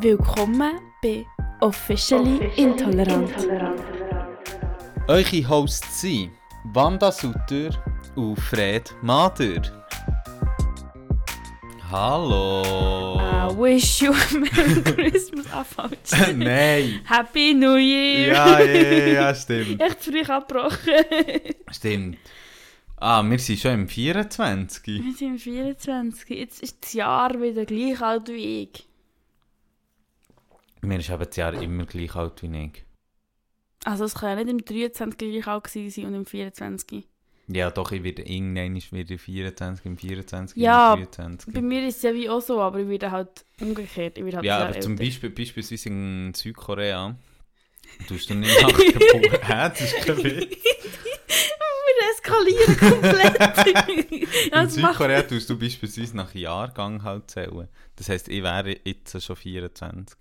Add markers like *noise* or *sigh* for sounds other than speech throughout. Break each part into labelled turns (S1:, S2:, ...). S1: Willkommen bei Officially Intolerant.
S2: Eure Hosts sind Wanda Sutter und Fred Mader. Hallo!
S1: I wish you a *laughs* Merry Christmas. Ah, falsch.
S2: *laughs* Nein!
S1: Happy New Year.
S2: Ja, ja, ja, ja, stimmt.
S1: Echt früh abgebrochen. *laughs*
S2: Stimmt. Ah, wir sind schon im 24.
S1: Wir sind 24. Jetzt ist das Jahr wieder gleich alt wie ich.
S2: Mir ist aber das Jahr immer gleich alt wie ich.
S1: Also es kann ja nicht im 23 gleich alt gewesen sein und im 24.
S2: Ja, doch, ich werde irgendwann ist wieder 24, im 24,
S1: Ja,
S2: im 23.
S1: Bei mir ist es ja wie auch so, aber ich werde halt umgekehrt. Ich werde halt
S2: ja,
S1: das
S2: aber
S1: Jahr
S2: zum
S1: älter.
S2: Beispiel, beispielsweise in Südkorea tust du nicht nach der Puppe. Hä, das ist kein Witz.
S1: *laughs* Wir eskalieren
S2: *laughs*
S1: komplett.
S2: In
S1: das macht
S2: Südkorea tust du beispielsweise nach Jahrgang halt zählen. Das heisst, ich wäre jetzt schon 24.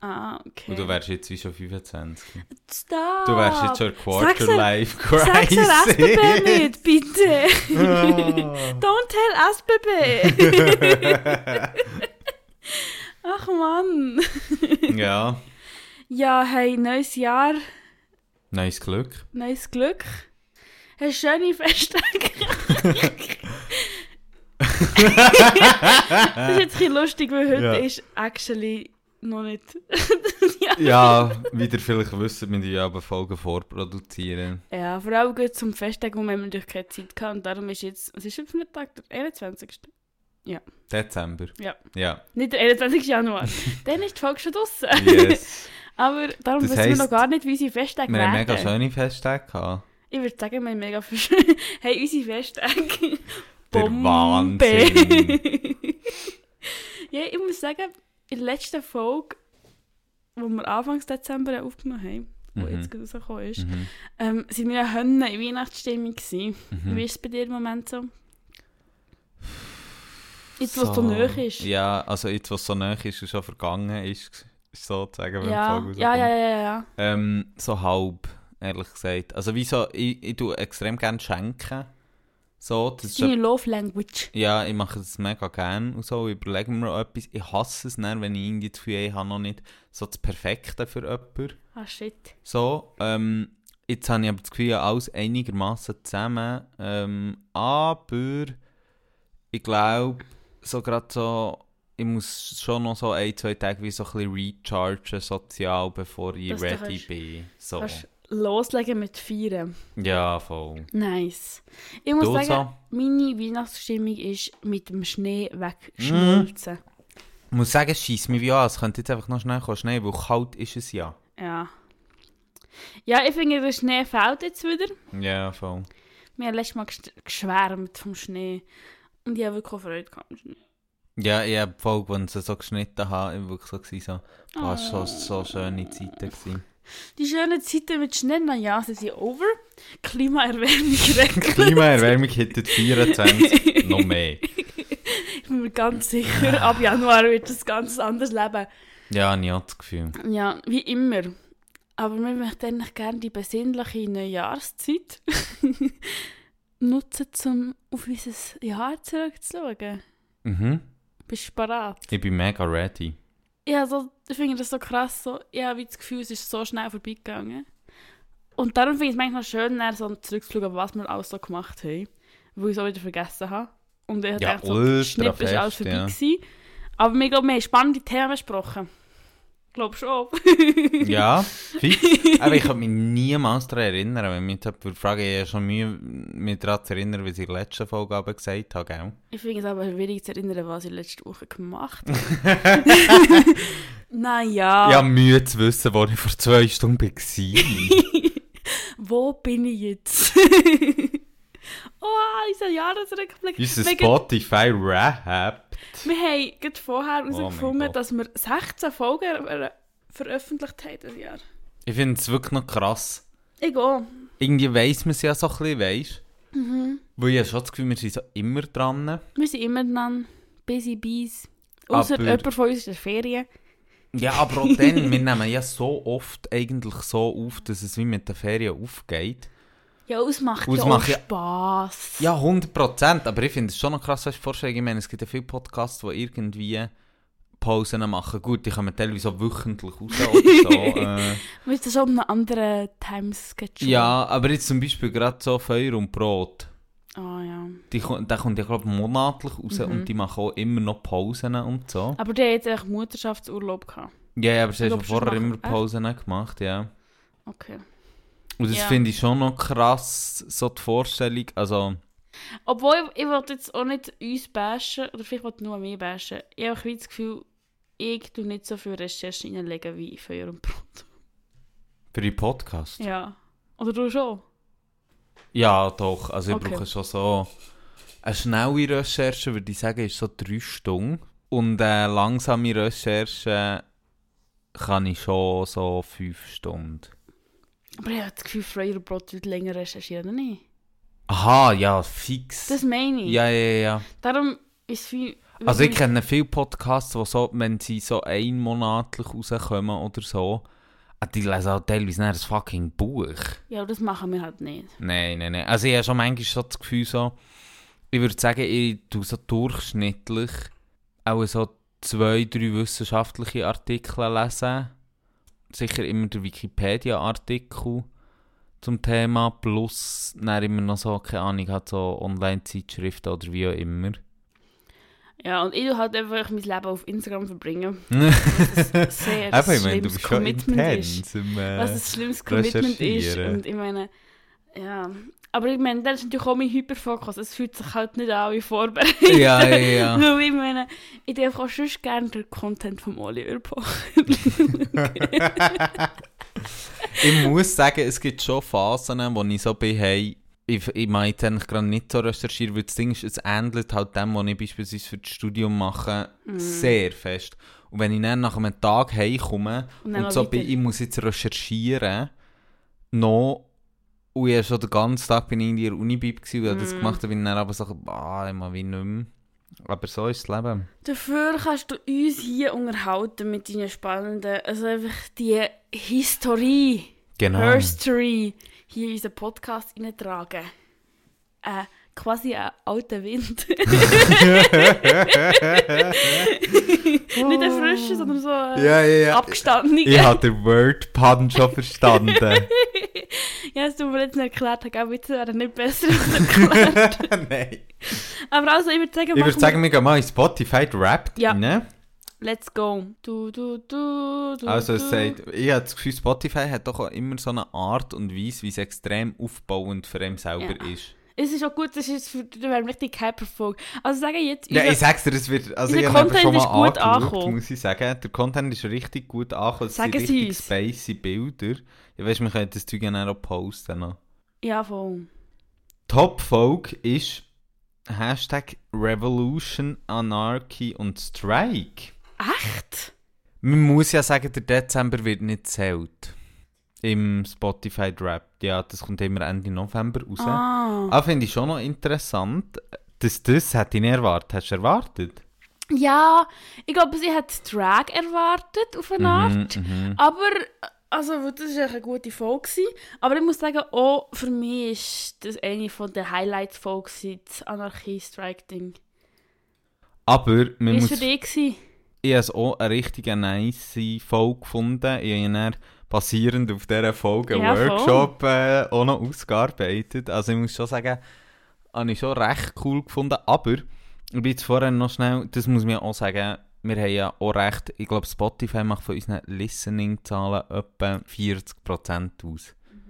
S1: Ah, okay.
S2: Und du wärst jetzt wie schon 25.
S1: Stop.
S2: Du wärst jetzt schon Quarterlife
S1: Sag's
S2: Crisis.
S1: der SBB nicht, bitte.
S2: *laughs*
S1: Don't tell SBB. Ach Mann.
S2: ja,
S1: Ja, hey, neues Jahr,
S2: neues Glück.
S1: neues Glück. Hast schöne Festtage. *laughs* das ist jetzt ein bisschen lustig, weil heute
S2: Ja.
S1: ist actually noch nicht.
S2: *laughs* Ja, wie ihr vielleicht wisst, wir die aber Folgen vorproduzieren.
S1: Ja, vor allem gut zum Festtag, wo wir natürlich keine Zeit hatten. Und darum ist jetzt, was ist heute für ein Tag? Der 21.
S2: Dezember.
S1: Ja.
S2: Ja.
S1: Nicht äh, der 21.
S2: *laughs*
S1: Januar. Dann ist die Folge schon draussen.
S2: Yes.
S1: *laughs* Aber darum
S2: Das
S1: wissen
S2: heisst,
S1: wir noch gar nicht, wie unsere Festtage
S2: wir haben mega
S1: werden.
S2: schöne Festtage gehabt.
S1: Ich würde sagen, wir haben mega viel. *laughs* hey, unsere Festtage.
S2: *laughs* Der
S1: Bombe. *laughs*
S2: Wahnsinn.
S1: ja, ich muss sagen, in der letzten Folge, wo wir Anfang Dezember aufgenommen haben, wo
S2: Mhm.
S1: jetzt gerade rausgekommen ist,
S2: Mhm.
S1: ähm, sind wir ja Hönne in Weihnachtsstimmung gewesen.
S2: Mhm.
S1: Wie ist es bei dir im Moment so? Jetzt, wo es so näher ist.
S2: Ja, also jetzt, was so näher ist und schon vergangen ist, sozusagen, wenn die
S1: Ja,
S2: Folge
S1: ja,
S2: rauskommt.
S1: ja, ja, ja.
S2: Ähm, so halb, ehrlich gesagt. Also wie so, ich, ich tue extrem gerne schenken. So, das
S1: Das
S2: ist
S1: ist deine Love Language.
S2: ja, ich mache das mega gerne und so, ich überlege mir auch etwas. Ich hasse es dann, wenn ich irgendwie das Gefühl habe, ich habe noch nicht so das Perfekte für jemanden.
S1: Ah, shit.
S2: So, ähm, jetzt habe ich aber das Gefühl, alles einigermaßen zusammen. Ähm, aber ich glaube, so gerade so, ich muss schon noch so ein, zwei Tage wie so ein bisschen rechargen sozial, bevor ich
S1: Dass du
S2: ready
S1: kannst-
S2: bin. So.
S1: Kannst loslegen mit Feiern.
S2: Ja, voll.
S1: Nice. Ich muss
S2: Du
S1: sagen,
S2: so?
S1: meine Weihnachtsstimmung ist mit dem Schnee weggeschmolzen.
S2: Ich muss sagen, es scheisst mich wie an. Es könnte jetzt einfach noch schnell kommen, schnell, weil kalt ist es ja.
S1: Ja. Ja, ich finde, der Schnee fällt jetzt wieder.
S2: Ja, voll.
S1: Wir haben letztes Mal gest- geschwärmt vom Schnee. Und ich habe wirklich auch Freude gehabt am Schnee.
S2: Ja, ich habe voll, wenn sie so geschnitten haben, ich wirklich so gewesen, so, boah, Ah, es
S1: Oh.
S2: war so, so schöne Zeiten gewesen.
S1: Die schönen Zeiten mit Schnee, na ja, sie sind over. Klimaerwärmung
S2: *laughs*
S1: regelt.
S2: Klimaerwärmung hittet 24, noch mehr.
S1: Ich bin mir ganz sicher, ab Januar wird das ganz anders leben.
S2: Ja, ich habe das Gefühl.
S1: Ja, wie immer. Aber wir möchten eigentlich gerne die besinnliche Neujahrszeit *laughs* nutzen, um auf unser Jahr zurückzuschauen.
S2: Mhm.
S1: Bist du bereit?
S2: Ich bin mega ready.
S1: Ja, so, ich finde das so krass. So, ich habe wie das Gefühl, es ist so schnell vorbeigegangen. Und darum finde ich es manchmal schön, dann so zurückzuschauen, was wir alles so gemacht haben. Weil ich es auch wieder vergessen habe. Und ich
S2: Ja,
S1: dachte, so,
S2: ultra
S1: Schnipp ist alles
S2: fest,
S1: vorbei
S2: ja.
S1: gewesen. Aber wir, glaub, wir haben spannende Themen besprochen. Glaubst du auch?
S2: *laughs*
S1: *laughs*
S2: Ja, fix. Aber ich kann mich niemals daran erinnern, wenn mich jemand würde fragen ich habe schon Mühe, mich daran zu erinnern, was ich in der letzten Folge aber gesagt habe, gell?
S1: Ich finde es aber schwierig zu erinnern, was ich letzte Woche gemacht
S2: *laughs*
S1: habe. *laughs* naja, Ah.
S2: Ich habe Mühe zu wissen, wo ich vor zwei Stunden war.
S1: wo bin ich jetzt? *laughs* oh, unser Jahresrückblick.
S2: *laughs* Unser
S1: Wir-
S2: Spotify Rap.
S1: Wir haben gerade vorher herausgefunden,
S2: Oh Gott.
S1: dass wir 16 Folgen ver veröffentlicht haben dieses Jahr.
S2: Ich finde es wirklich noch krass.
S1: Ich auch. Mhm.
S2: Irgendwie weiss man es ja so ein bisschen, weißt du? Weil ich habe schon das Gefühl, wir sind so immer dran.
S1: Wir sind immer dann busy bees. Außer
S2: Aber-
S1: jemand von uns ist in der Ferien.
S2: Ja, aber auch dann, wir nehmen ja so oft eigentlich so auf, dass es wie mit den Ferien aufgeht.
S1: Ja, es macht
S2: Und
S1: ja
S2: es
S1: auch
S2: macht ja-
S1: Spass.
S2: Ja, 100 Prozent. Aber ich finde es schon noch krass, was du vorstellst. Ich meine, es gibt ja viele Podcasts, die irgendwie Pausen machen. Gut, die kommen teilweise auch wöchentlich raus oder so. *laughs* äh,
S1: Mit so einem anderen Timeschedule.
S2: ja, aber jetzt zum Beispiel gerade so Feuer und Brot.
S1: Ah, ja.
S2: Die, ko- der kommt ja, glaube ich, monatlich raus
S1: Mhm.
S2: und die machen auch immer noch Pausen und so.
S1: Aber die hat jetzt echt Mutterschaftsurlaub gehabt.
S2: Ja, ja, aber Also, sie
S1: Ich
S2: hast ja
S1: glaub, sonst
S2: vorher
S1: machen-
S2: immer Pausen gemacht, ja.
S1: Okay.
S2: Und das
S1: Ja.
S2: finde ich schon noch krass, so die Vorstellung. Also,
S1: Obwohl, ich wollte jetzt auch nicht uns bashen, oder vielleicht wollte ich nur mich bashen. Ich habe ein bisschen das Gefühl, ich tue nicht so viel Recherche reinlegen wie in Feuer und Brot.
S2: für die Podcast.
S1: Ja. Oder du schon?
S2: Ja, doch. Also ich
S1: Okay.
S2: brauche schon so... Eine schnelle Recherche, würde ich sagen, ist so drei Stunden. Und eine langsame Recherche kann ich schon so fünf Stunden.
S1: Aber ich habe das Gefühl, Feuer und Brot wird länger recherchieren, oder nicht?
S2: Aha, ja, fix.
S1: Das meine ich.
S2: ja, ja, ja.
S1: Darum ist es viel...
S2: Also ich kenne viele Podcasts, wo so, wenn sie so einmonatlich rauskommen oder so, ah, die lesen halt teilweise nicht ein fucking Buch.
S1: Ja, aber das machen wir halt nicht.
S2: Nein, nein, nein. Also ich habe schon manchmal so das Gefühl, so, ich würde sagen, ich tue so durchschnittlich auch so zwei, drei wissenschaftliche Artikel lesen. Sicher immer der Wikipedia-Artikel zum Thema, plus dann immer noch so, keine Ahnung, hat so Online-Zeitschriften oder wie auch immer.
S1: Ja, und ich tue halt einfach mein Leben auf Instagram verbringen.
S2: *laughs*
S1: ist sehr
S2: Eben, ich meine, du
S1: schlimmes
S2: bist schon
S1: Commitment ist.
S2: intens im... Äh,
S1: was ein schlimmes Commitment ist.
S2: recherchieren.
S1: Und ich meine, ja. Aber ich meine, das ist natürlich auch mein Hyperfokus. Es fühlt sich halt nicht an wie vorbereitet.
S2: Ja, ja,
S1: *laughs*
S2: ja.
S1: Weil ich meine, ich darf auch sonst gerne den Content vom Oliver
S2: *laughs*
S1: Pocher.
S2: ich muss sagen, es gibt schon Phasen, wo ich so bin, hey, ich, ich meine jetzt eigentlich gerade nicht so recherchieren, weil das Ding ist, es ähnelt halt dem, was ich beispielsweise für das Studium mache,
S1: Hm.
S2: sehr fest. Und wenn ich dann nach einem Tag heimkomme
S1: Und
S2: und,
S1: dann noch
S2: so bin,
S1: weiter.
S2: ich muss jetzt recherchieren, noch, und ich habe schon den ganzen Tag bin ich in der Uni gewesen, und habe das
S1: Mm.
S2: gemacht, und bin dann aber so, ah, ich mal wie nicht mehr. Aber so ist das Leben.
S1: Dafür kannst du uns hier unterhalten mit deinen spannenden, also einfach die Historie,
S2: Genau.
S1: Herstory hier in unseren Podcast reintragen. Äh, quasi ein alter Wind. *laughs*
S2: Genau. *laughs*
S1: Nicht ein frischer, sondern so äh, ein
S2: Ja, ja, ja.
S1: abgestandener.
S2: Ich habe den Word Pun schon *laughs* verstanden.
S1: *laughs* Ja, das du mir jetzt nicht erklärt hast, gell? bitte wäre nicht besser als erklärt.
S2: Nein.
S1: Aber also, ich würde sagen,
S2: Ich würde
S1: machen
S2: sagen, wir gehen mal in Spotify Wrapped
S1: Ja.
S2: rein.
S1: wir- let's go. Du, du, du, du,
S2: Also
S1: du.
S2: es sagt, ich habe das Gefühl, Spotify hat doch auch immer so eine Art und Weise, wie es extrem aufbauend für ihn selber
S1: Ja.
S2: ist.
S1: Es ist auch gut, das ist für das wäre eine richtig Hyperfolge. Also sagen jetzt,
S2: Ja,
S1: unser-
S2: ich sag's dir, es wird, also
S1: Unser
S2: ich habe ihn
S1: Content
S2: schon mal
S1: ist gut
S2: angeschaut,
S1: angekommen.
S2: muss ich sagen. Der Content ist richtig gut angekommen, es sind
S1: Sagen Sie
S2: richtig
S1: uns.
S2: spicy Bilder. Ich weiss, wir können das Zeug ja dann auch posten. noch.
S1: ja voll.
S2: Top-Folge ist Hashtag Revolution, Anarchy und Strike.
S1: Echt?
S2: Man muss ja sagen, der Dezember wird nicht zählt. Im Spotify Rap. Ja, das kommt immer Ende November raus. Ah,
S1: Ah.
S2: finde ich schon noch interessant. Das, das hätte ich nicht erwartet. Hast du erwartet?
S1: Ja, ich glaube, sie hat Drag erwartet auf eine Art.
S2: Mhm,
S1: Aber, also, weil das war echt eine gute Folge. gewesen. Aber ich muss sagen, auch für mich war das eine von der Highlight-Folgen, gewesen, das Anarchie-Strike-Ding.
S2: Aber
S1: Wie war
S2: man muss,
S1: für dich? gewesen?
S2: ich habe es auch eine richtige nice Folge gefunden. Ich habe dann basierend auf dieser Folge einen
S1: Ja, voll.
S2: Workshop äh, auch noch ausgearbeitet. Also ich muss schon sagen, habe ich schon recht cool gefunden. Aber ich bin jetzt vorher noch schnell, das muss man ja auch sagen, wir haben ja auch recht, ich glaube Spotify macht von unseren Listening-Zahlen etwa 40% aus.
S1: Mhm.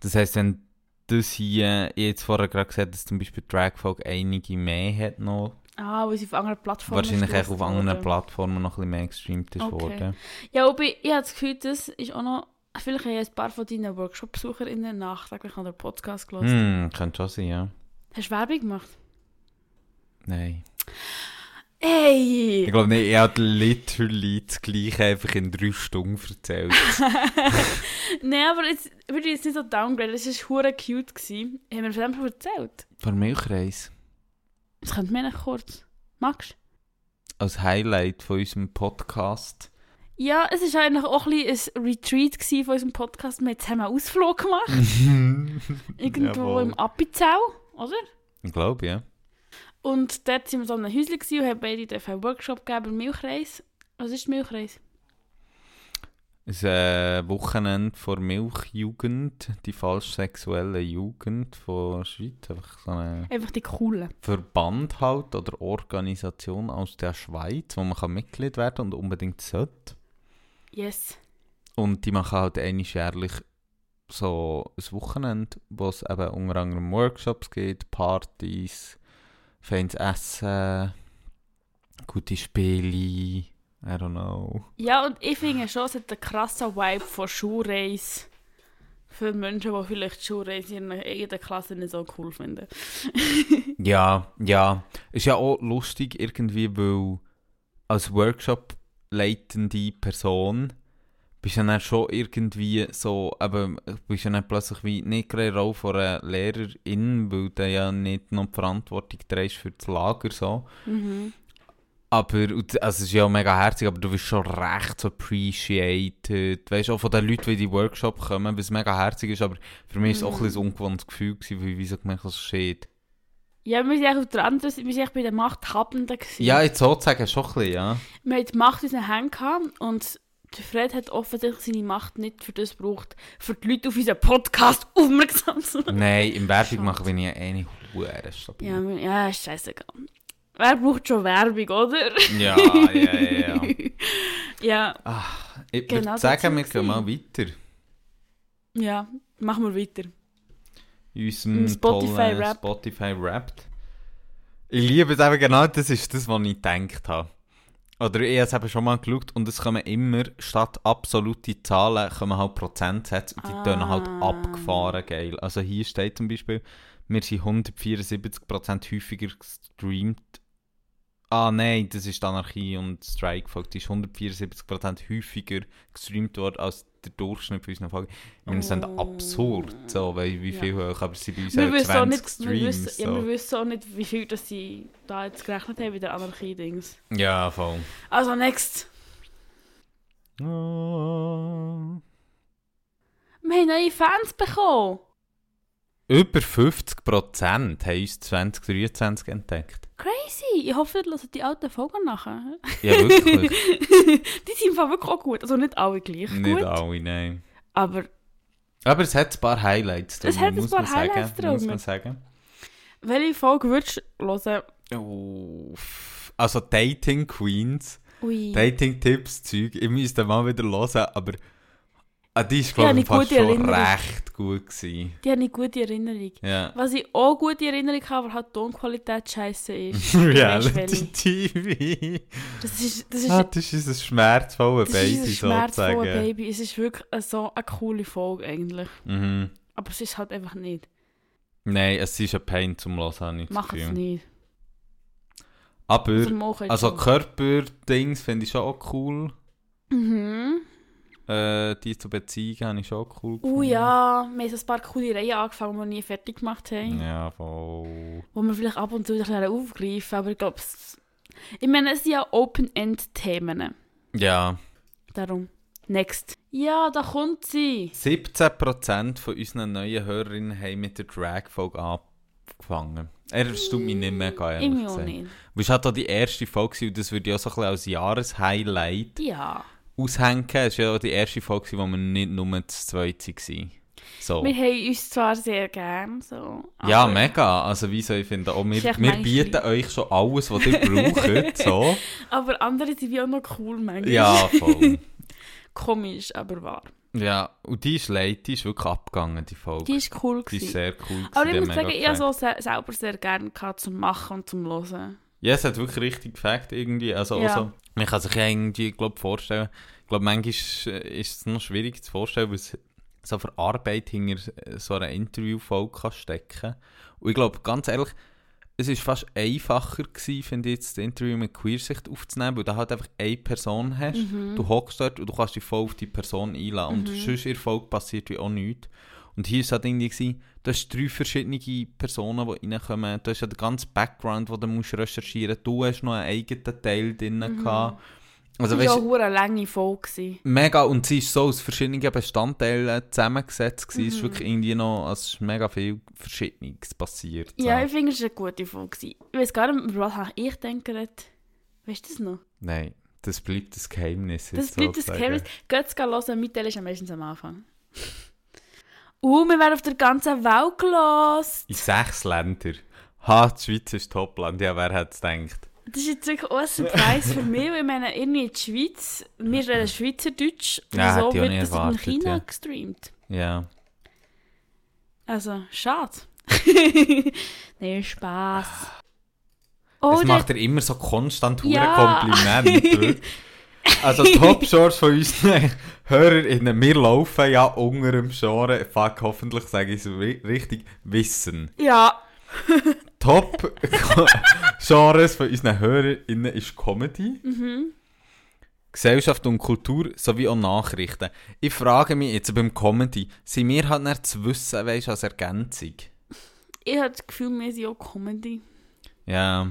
S2: Das heisst, wenn das hier, ich habe jetzt vorher gerade gesagt, dass zum Beispiel Dragfolk einige mehr hat noch,
S1: Ah, weil sie auf anderen Plattformen
S2: wahrscheinlich auch
S1: gestreamt
S2: auf anderen
S1: wurde.
S2: Plattformen noch ein bisschen mehr gestreamt ist
S1: Okay.
S2: worden.
S1: Ja, aber ich, ich habe das Gefühl, das ist auch noch... Vielleicht haben ja ein paar von deinen Workshop-BesucherInnen nachträglich an den Podcast gehört.
S2: Hm, könnte schon sein, ja.
S1: Hast du Werbung gemacht?
S2: Nein. Ich
S1: Ey!
S2: glaube nicht, ich habe literally das Gleiche einfach in drei Stunden erzählt.
S1: *laughs* Nein, aber jetzt würde ich jetzt nicht so downgraden. Es war hure cute. Gewesen. Haben wir das einfach erzählt?
S2: Von Milchreis.
S1: Das könnte mir nicht kurz. Magst du?
S2: Als Highlight von unserem Podcast.
S1: Ja, es war eigentlich auch ein, bisschen ein Retreat gewesen von unserem Podcast. Wir haben zusammen einen Ausflug gemacht.
S2: Irgendwo
S1: Irgendwo im Appenzell, oder?
S2: Ich glaube, ja.
S1: Und dort waren wir so in einem Häuschen gewesen und haben beide dürfen einen Workshop gegeben über Milchreis. Was ist Milchreis?
S2: Es ist ein Wochenende vor Milchjugend, die falsch sexuelle Jugend von der Schweiz. Einfach so ein
S1: Einfach die coolen.
S2: Verband halt oder Organisation aus der Schweiz, wo man kann Mitglied werden kann und unbedingt sollte.
S1: Yes.
S2: Und die machen halt einmal jährlich so ein Wochenende, wo es eben unter anderem Workshops gibt, Partys, feines Essen, gute Spiele, I don't know.
S1: Ja, und ich finde schon, es hat einen krassen Vibe von Schulreis. Für Menschen, die vielleicht Schulreis in jeder Klasse nicht so cool finden.
S2: Ja, ja. Ist ja auch lustig irgendwie, weil als Workshop leitende Person bist du ja dann schon irgendwie so, aber bist ja dann plötzlich wie nicht gerade in der Rolle von einer Lehrerin, weil du ja nicht noch die Verantwortung trägst für das Lager so.
S1: mhm.
S2: Aber, und- also es ist ja auch mega herzig, aber du wirst schon recht so appreciated. Weißt du, auch von den Leuten, die in die Workshop kommen, was mega herzig ist, aber für mich war es auch ein bisschen ein ungewohntes Gefühl, gewesen, weil ich wie so gemerkt habe, shit.
S1: Ja, wir sind eigentlich auf der anderen Seite, wir sind eigentlich bei den Machthabenden. Gewesen.
S2: Ja, jetzt sozusagen schon ein
S1: *laughs*
S2: bisschen, ja.
S1: Wir hatten die Macht in unseren Händen gehabt und der Fred hat offensichtlich seine Macht nicht für das gebraucht, für die Leute auf unseren Podcast *laughs* aufmerksam zu machen.
S2: Nein, im Werbung machen bin ich ja eine Hure stabil.
S1: Ja, wir- ja, ist scheißegal. Wer braucht schon Werbung, oder?
S2: Ja, ja, ja.
S1: *laughs*
S2: ja.
S1: ja,
S2: Ich
S1: Genau
S2: würde
S1: das
S2: sagen,
S1: war
S2: wir
S1: es.
S2: gehen mal weiter.
S1: ja, machen wir weiter.
S2: In unserem
S1: Im Spotify
S2: tollen
S1: Wrapped.
S2: Spotify Wrapped. Ich liebe es eben genau, das ist das, was ich gedacht habe. Oder ich habe es eben schon mal geschaut und es kommen immer, statt absolute Zahlen, kommen halt Prozentsätze und die tönen halt
S1: Ah.
S2: abgefahren geil. Also hier steht zum Beispiel, wir sind 174% häufiger gestreamt. Ah nein, das ist die Anarchie und Strike Folge. Die ist 174% häufiger gestreamt worden als der Durchschnitt von unseren Folgen. Ich meine, das ist
S1: Oh.
S2: absurd, so, weil wie
S1: Ja.
S2: viel höher, aber sie bei uns halt
S1: Wir
S2: auch
S1: wissen, auch
S2: 20
S1: nicht, wir,
S2: Streams.
S1: wissen, ja, wir
S2: so.
S1: wissen auch nicht, wie viel dass sie da jetzt gerechnet haben mit der Anarchie-Dings.
S2: ja, voll.
S1: Also, next.
S2: Ah.
S1: Wir haben neue Fans bekommen.
S2: Über 50% haben uns 2023 entdeckt.
S1: Crazy. Ich hoffe, ihr hört die alten Folgen nachher.
S2: Ja,
S1: *laughs*
S2: wirklich.
S1: die sind im Fall wirklich auch gut. Also nicht alle gleich
S2: nicht
S1: gut.
S2: alle, nein.
S1: Aber
S2: Aber es hat ein paar Highlights drin,
S1: Es hat ein
S2: muss
S1: paar
S2: man sagen.
S1: Highlights drin.
S2: Muss man sagen.
S1: welche Folge würdest du hören?
S2: Uff. Also Dating Queens,
S1: Ui.
S2: Dating Tipps, Zeug, ich müsste mal wieder hören, aber ah, die ist
S1: Ja,
S2: glaube ich
S1: eine
S2: fast
S1: gute
S2: schon
S1: Erinnerung.
S2: recht gut gewesen.
S1: Die habe ich gute Erinnerung. *laughs*
S2: Ja.
S1: Was ich auch gute Erinnerung habe, aber halt die Tonqualität scheiße ist.
S2: *laughs*
S1: Du weisst,
S2: Reality
S1: welche.
S2: TV.
S1: Das ist, das ist,
S2: *laughs* Ah, das ist ein schmerzvolles
S1: das ist
S2: Baby
S1: ein schmerzvoller
S2: sozusagen.
S1: Baby. Es ist wirklich äh, so eine coole Folge eigentlich.
S2: Mhm.
S1: Aber es ist halt einfach nicht.
S2: Nein, es ist ein Pain zum Hören, habe ich das
S1: Mach es
S2: Gefühl.
S1: nicht.
S2: Aber,
S1: Also, mach jetzt
S2: also
S1: schon.
S2: Körperdings finde ich schon auch cool.
S1: Mhm.
S2: Äh, die zu beziehen, habe ich schon auch cool
S1: Oh ja, wir haben ein paar coole Reihen angefangen, die wir nie fertig gemacht haben.
S2: Ja, voll.
S1: Wo wir vielleicht ab und zu ein bisschen aufgreifen, aber ich glaube, es- ich meine, es sind ja Open-End-Themen.
S2: Ja.
S1: Darum. Next. Ja, da kommt sie.
S2: 17% von unseren neuen Hörerinnen haben mit der Drag-Folge angefangen. Er stimmt mich nicht mehr, ehrlich
S1: Ich mich auch
S2: gesagt.
S1: nicht.
S2: Weil es halt auch die erste Folge gewesen und das würde ich auch so ein bisschen als Jahreshighlight
S1: Ja.
S2: aushängen. Es war ja auch die erste Folge, gewesen, wo wir nicht nur das zweite waren. So.
S1: Wir haben uns zwar sehr gern, so.
S2: Oh. Ja,
S1: aber-
S2: mega. Also wieso, ich finde auch, wir,
S1: Ist echt
S2: wir
S1: manchmal-
S2: bieten euch schon alles, was ihr
S1: *laughs*
S2: braucht. So.
S1: Aber andere sind wie auch noch cool, manchmal.
S2: Ja, voll.
S1: Komisch, aber wahr.
S2: Ja, und die ist leid, die ist wirklich abgegangen, die Folge.
S1: Die ist cool
S2: Die ist
S1: gewesen.
S2: sehr cool.
S1: Aber
S2: gewesen, die
S1: ich
S2: hat
S1: muss
S2: mega
S1: sagen, ich habe
S2: gefällt.
S1: so se selber sehr gerne gehabt, zum Machen und zum Hören.
S2: Ja, es hat wirklich richtig gefällt irgendwie. Also,
S1: Ja.
S2: also man kann sich ja irgendwie glaub, vorstellen, ich glaube, manchmal äh, ist es noch schwierig zu vorstellen, was so für Arbeit hinter äh, so einer Interviewfolge kann stecken Und ich glaube, ganz ehrlich, es ist fast einfacher gewesen, finde ich, jetzt das Interview mit Queersicht aufzunehmen, weil du halt einfach eine Person hast,
S1: Mhm.
S2: du hockst dort und du kannst dich voll auf die Person einladen. Und sonst in der Folge passiert wie auch nichts. Und hier war es halt irgendwie, gewesen, du hast drei verschiedene Personen, die reinkommen, du hast ja den ganzen Background, den du musst recherchieren musst, du hast noch einen eigenen Teil drin gehabt. Also,
S1: Mhm. das
S2: weißt,
S1: war ja eine lange Folge. gewesen.
S2: mega, und sie ist so aus verschiedenen Bestandteilen zusammengesetzt. gewesen.
S1: Mhm.
S2: Es ist wirklich irgendwie noch, also es ist mega viel Verschiedenes passiert. So.
S1: Ja, ich finde, es war eine gute Folge. gewesen. Ich weiß gar nicht, über was habe ich denke geredet. Weißt du das noch?
S2: Nein, das bleibt das Geheimnis.
S1: Das
S2: jetzt
S1: bleibt das
S2: sozusagen.
S1: Geheimnis. Geht es hören, mitteilen ist am meisten am Anfang. Uh, wir werden auf der ganzen Welt gelost.
S2: In sechs Ländern. Ha, die Schweiz ist Topland. Ja, wer hätte es gedacht?
S1: Das ist jetzt
S2: *laughs*
S1: wirklich auch ein Surprise für mich, weil ich meine, irgendwie in der Schweiz, wir reden Schweizerdeutsch,
S2: Ja,
S1: wieso
S2: hätte ich auch
S1: wird
S2: nicht
S1: das in
S2: erwartet,
S1: China
S2: ja.
S1: gestreamt?
S2: Ja.
S1: Also, schade. *laughs* Nein, Spass. Oh,
S2: Es
S1: der-
S2: macht er immer so konstant hure
S1: Ja.
S2: Komplimente. wirklich.
S1: *laughs*
S2: Also top Shorts von uns *laughs* HörerInnen, wir laufen ja unter dem Genre, fuck, hoffentlich sage ich es ri- richtig, Wissen.
S1: ja,
S2: Top *laughs* Genres von unseren HörerInnen ist Comedy,
S1: Mhm.
S2: Gesellschaft und Kultur sowie auch Nachrichten. Ich frage mich jetzt beim Comedy, sind wir halt nicht zu wissen, weißt, als Ergänzung?
S1: ich habe das Gefühl, wir sind auch Comedy.
S2: Ja,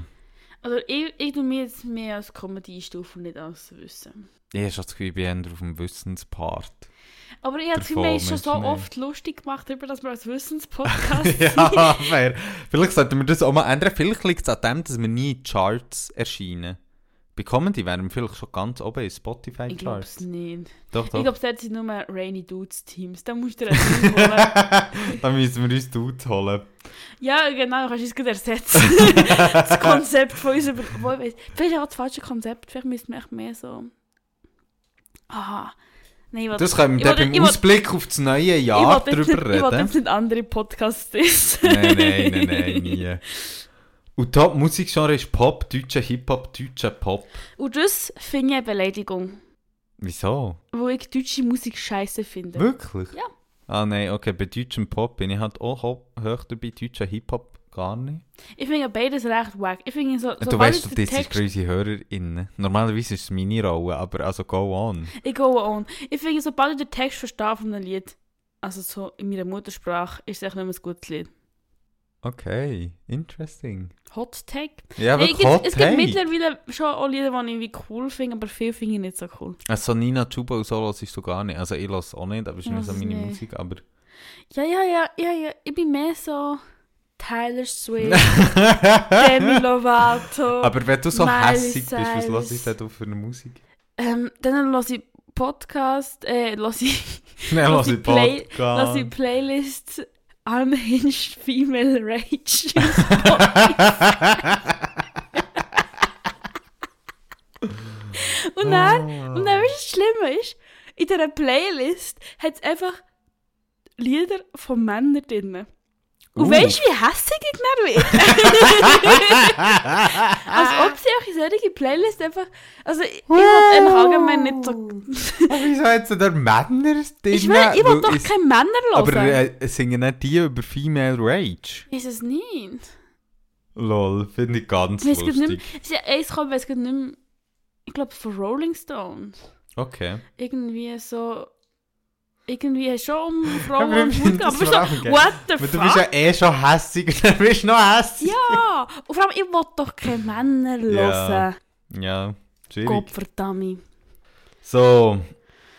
S1: Also, ich, ich tue mir jetzt mehr als Comedy einstufen, nicht als Wissen.
S2: ich habe schon das Gefühl, ich bin eher auf dem Wissenspart. *laughs*
S1: Aber ich habe das Gefühl, wir haben es schon so
S2: Performance, nein.
S1: oft lustig gemacht, darüber, dass wir
S2: *laughs*
S1: als Wissenspodcast sind.
S2: ja, fair. Vielleicht sollten wir das auch mal ändern. Vielleicht liegt es an dem, dass wir nie in Charts erscheinen. Bei Comedy wären wir vielleicht schon ganz oben in
S1: Ich glaube
S2: Spotify-Charts.
S1: es nicht.
S2: Doch,
S1: Ich
S2: doch.
S1: glaube, dort sind nur Rainy Dudes Teams. Da musst du dir einen Team
S2: *laughs*
S1: holen.
S2: Dann müssen wir uns Dudes holen.
S1: Ja, genau, kannst du es gerade
S2: *laughs*
S1: ersetzen. das Konzept von uns über. Wo ich weiss, vielleicht auch das falsche Konzept, vielleicht müssten wir echt mehr so. Aha. Nein, ich will,
S2: Das können wir
S1: ich
S2: dann
S1: will-
S2: beim
S1: ich will-
S2: Ausblick auf das neue
S1: ich
S2: Jahr
S1: will jetzt nicht,
S2: drüber
S1: ich will
S2: reden.
S1: jetzt nicht andere Podcasts essen.
S2: Nein, nein, nein, nein, nie. Und Top-Musikgenre ist Pop, deutscher Hip-Hop, deutscher Pop.
S1: *laughs* Und das finde ich eine Beleidigung,
S2: Wieso?
S1: wo ich deutsche Musik scheiße finde.
S2: Wirklich?
S1: Ja.
S2: Ah nein, okay, bei deutschem Pop bin ich halt auch ho- höher bei deutscher Hip-Hop gar nicht.
S1: Ich finde beides recht wack. Ich finde so,
S2: Du
S1: sobald
S2: weißt,
S1: ich
S2: du
S1: den
S2: das ist
S1: Also Text-
S2: unsere HörerInnen. Normalerweise ist es meine Rolle, aber also go on.
S1: Ich go on. Ich finde, sobald ich den Text verstehe von einem Lied, also so in meiner Muttersprache, ist es echt nicht mehr ein gutes Lied.
S2: Okay, interesting.
S1: Hot Take.
S2: Ja,
S1: Hey,
S2: wirklich
S1: es
S2: hot
S1: gibt, es gibt
S2: take.
S1: mittlerweile schon auch Lieder, die ich irgendwie cool finde, aber viele finde ich nicht so cool.
S2: Also Nina Chuba und so hörst du gar nicht. Also ich höre es auch nicht, aber es ist
S1: Ich
S2: nicht so
S1: höre es
S2: meine
S1: nicht.
S2: Musik, aber...
S1: Ja, ja, ja, ja, ja. Ich bin mehr so Tyler
S2: *laughs*
S1: Swift, Demi Lovato.
S2: aber wenn du so
S1: Miley
S2: hässig bist, was
S1: Cyrus.
S2: hörst du denn für
S1: *laughs*
S2: eine Musik?
S1: ähm, dann höre ich Podcast, äh, höre ich,
S2: Nein,
S1: Lass
S2: höre
S1: ich Play-
S2: Podcast.
S1: höre ich Playlist Unhinged Female Rage.
S2: *laughs*
S1: Und dann
S2: Ah.
S1: Und dann, weißt du, das Schlimme ist, in dieser Playlist hat es einfach Lieder von Männern drin. Und
S2: Uh.
S1: weißt du, wie hässig ich dann
S2: *laughs*
S1: werde? Als ob sie auch in solche Playlist einfach. Also, ich, ich will einfach allgemein nicht so.
S2: Aber *laughs* wieso hat sie da Männer drin?
S1: Ich will, ich will
S2: Weil
S1: doch
S2: es-
S1: keine Männer hören.
S2: Aber äh, es singen nicht die über Female Rage?
S1: ist es nicht?
S2: Lol, finde ich ganz
S1: Ich weiß gerade
S2: lustig.
S1: nicht mehr. Es ist ja eins gekommen, ich weiß gerade nicht mehr. Ich glaube, von Rolling Stones.
S2: Okay.
S1: Irgendwie so. Irgendwie schon um Frauen
S2: Aber
S1: und
S2: ich
S1: Mut
S2: finde
S1: gegangen.
S2: das
S1: Aber
S2: auch
S1: so,
S2: geil.
S1: what the
S2: Aber
S1: fuck?
S2: du bist ja eh schon hässig *laughs* und dann bist du noch hässig.
S1: Ja, und vor allem, ich will doch keine Männer
S2: Ja,
S1: hören.
S2: Ja, schwierig.
S1: Gottverdammt.
S2: So,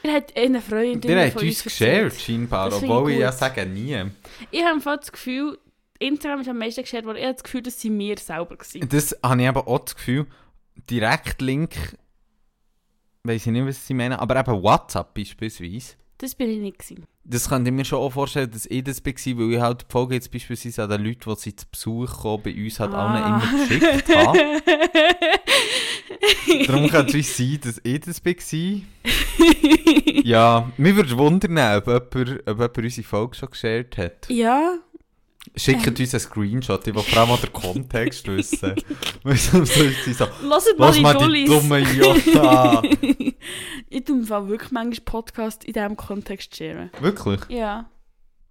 S1: Ihr habt eine Freundin
S2: ihr habt
S1: von
S2: uns
S1: erzählt.
S2: geshared scheinbar,
S1: Das finde
S2: obwohl
S1: ich
S2: ich ja
S1: gut.
S2: sage nie.
S1: Ich habe im Fall das Gefühl, Instagram ist am meisten geshared worden. Ich habe das Gefühl, das sind wir selber gewesen.
S2: Das habe ich aber auch das Gefühl, Direktlink, weiß ich nicht, was sie meinen, aber eben WhatsApp beispielsweise.
S1: Das bin ich nicht gewesen.
S2: Das könnte ich mir schon auch vorstellen, dass ich das war, weil ich halt die Folge jetzt beispielsweise an den Leuten, die sie zu Besuch kommen, bei uns halt allen
S1: Ah. *laughs*
S2: immer geschickt habe. Darum könnte es sein, dass ich das war. Ja, mich würde wundern, ob jemand, ob jemand unsere Folge schon geshared hat.
S1: ja,
S2: Schickt uns einen Screenshot, ich will vor allem auch den Kontext wissen. Weil sonst sind sie so,
S1: lasst mal
S2: lass
S1: die
S2: mal die
S1: Dullis.
S2: dumme Jota.
S1: *laughs* Ich tue im Fall wirklich manchmal Podcasts in diesem Kontext sharen.
S2: Wirklich?
S1: Ja,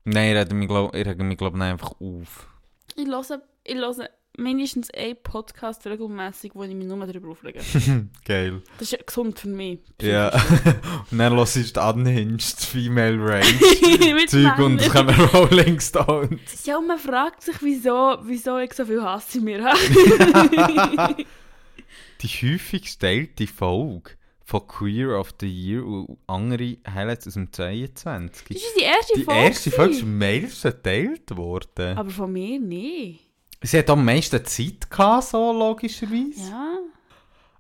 S2: Nein, ich rege mich, glaube ich, glaub, nicht einfach auf.
S1: ich höre, ich höre mindestens einen Podcast regelmäßig, wo ich mich nur darüber aufrege.
S2: Geil.
S1: Das ist ja gesund für
S2: *laughs*
S1: mich.
S2: Ja. *laughs* Und dann hörst du die Unhinged
S1: *laughs*
S2: Female Range
S1: Mit
S2: Zeug und
S1: Männern.
S2: kommen Rolling Stones.
S1: Ja, und man fragt sich, wieso, wieso ich so viel Hass in mir habe.
S2: die häufig gestellte Folge von Queer of the Year und andere Highlights aus dem 22.
S1: Das ist die erste
S2: Die
S1: Folge.
S2: erste Folge ist
S1: gewesen.
S2: am meisten geteilt worden.
S1: Aber von mir nicht.
S2: Sie hat am meisten Zeit gehabt, so logischerweise.
S1: Ja.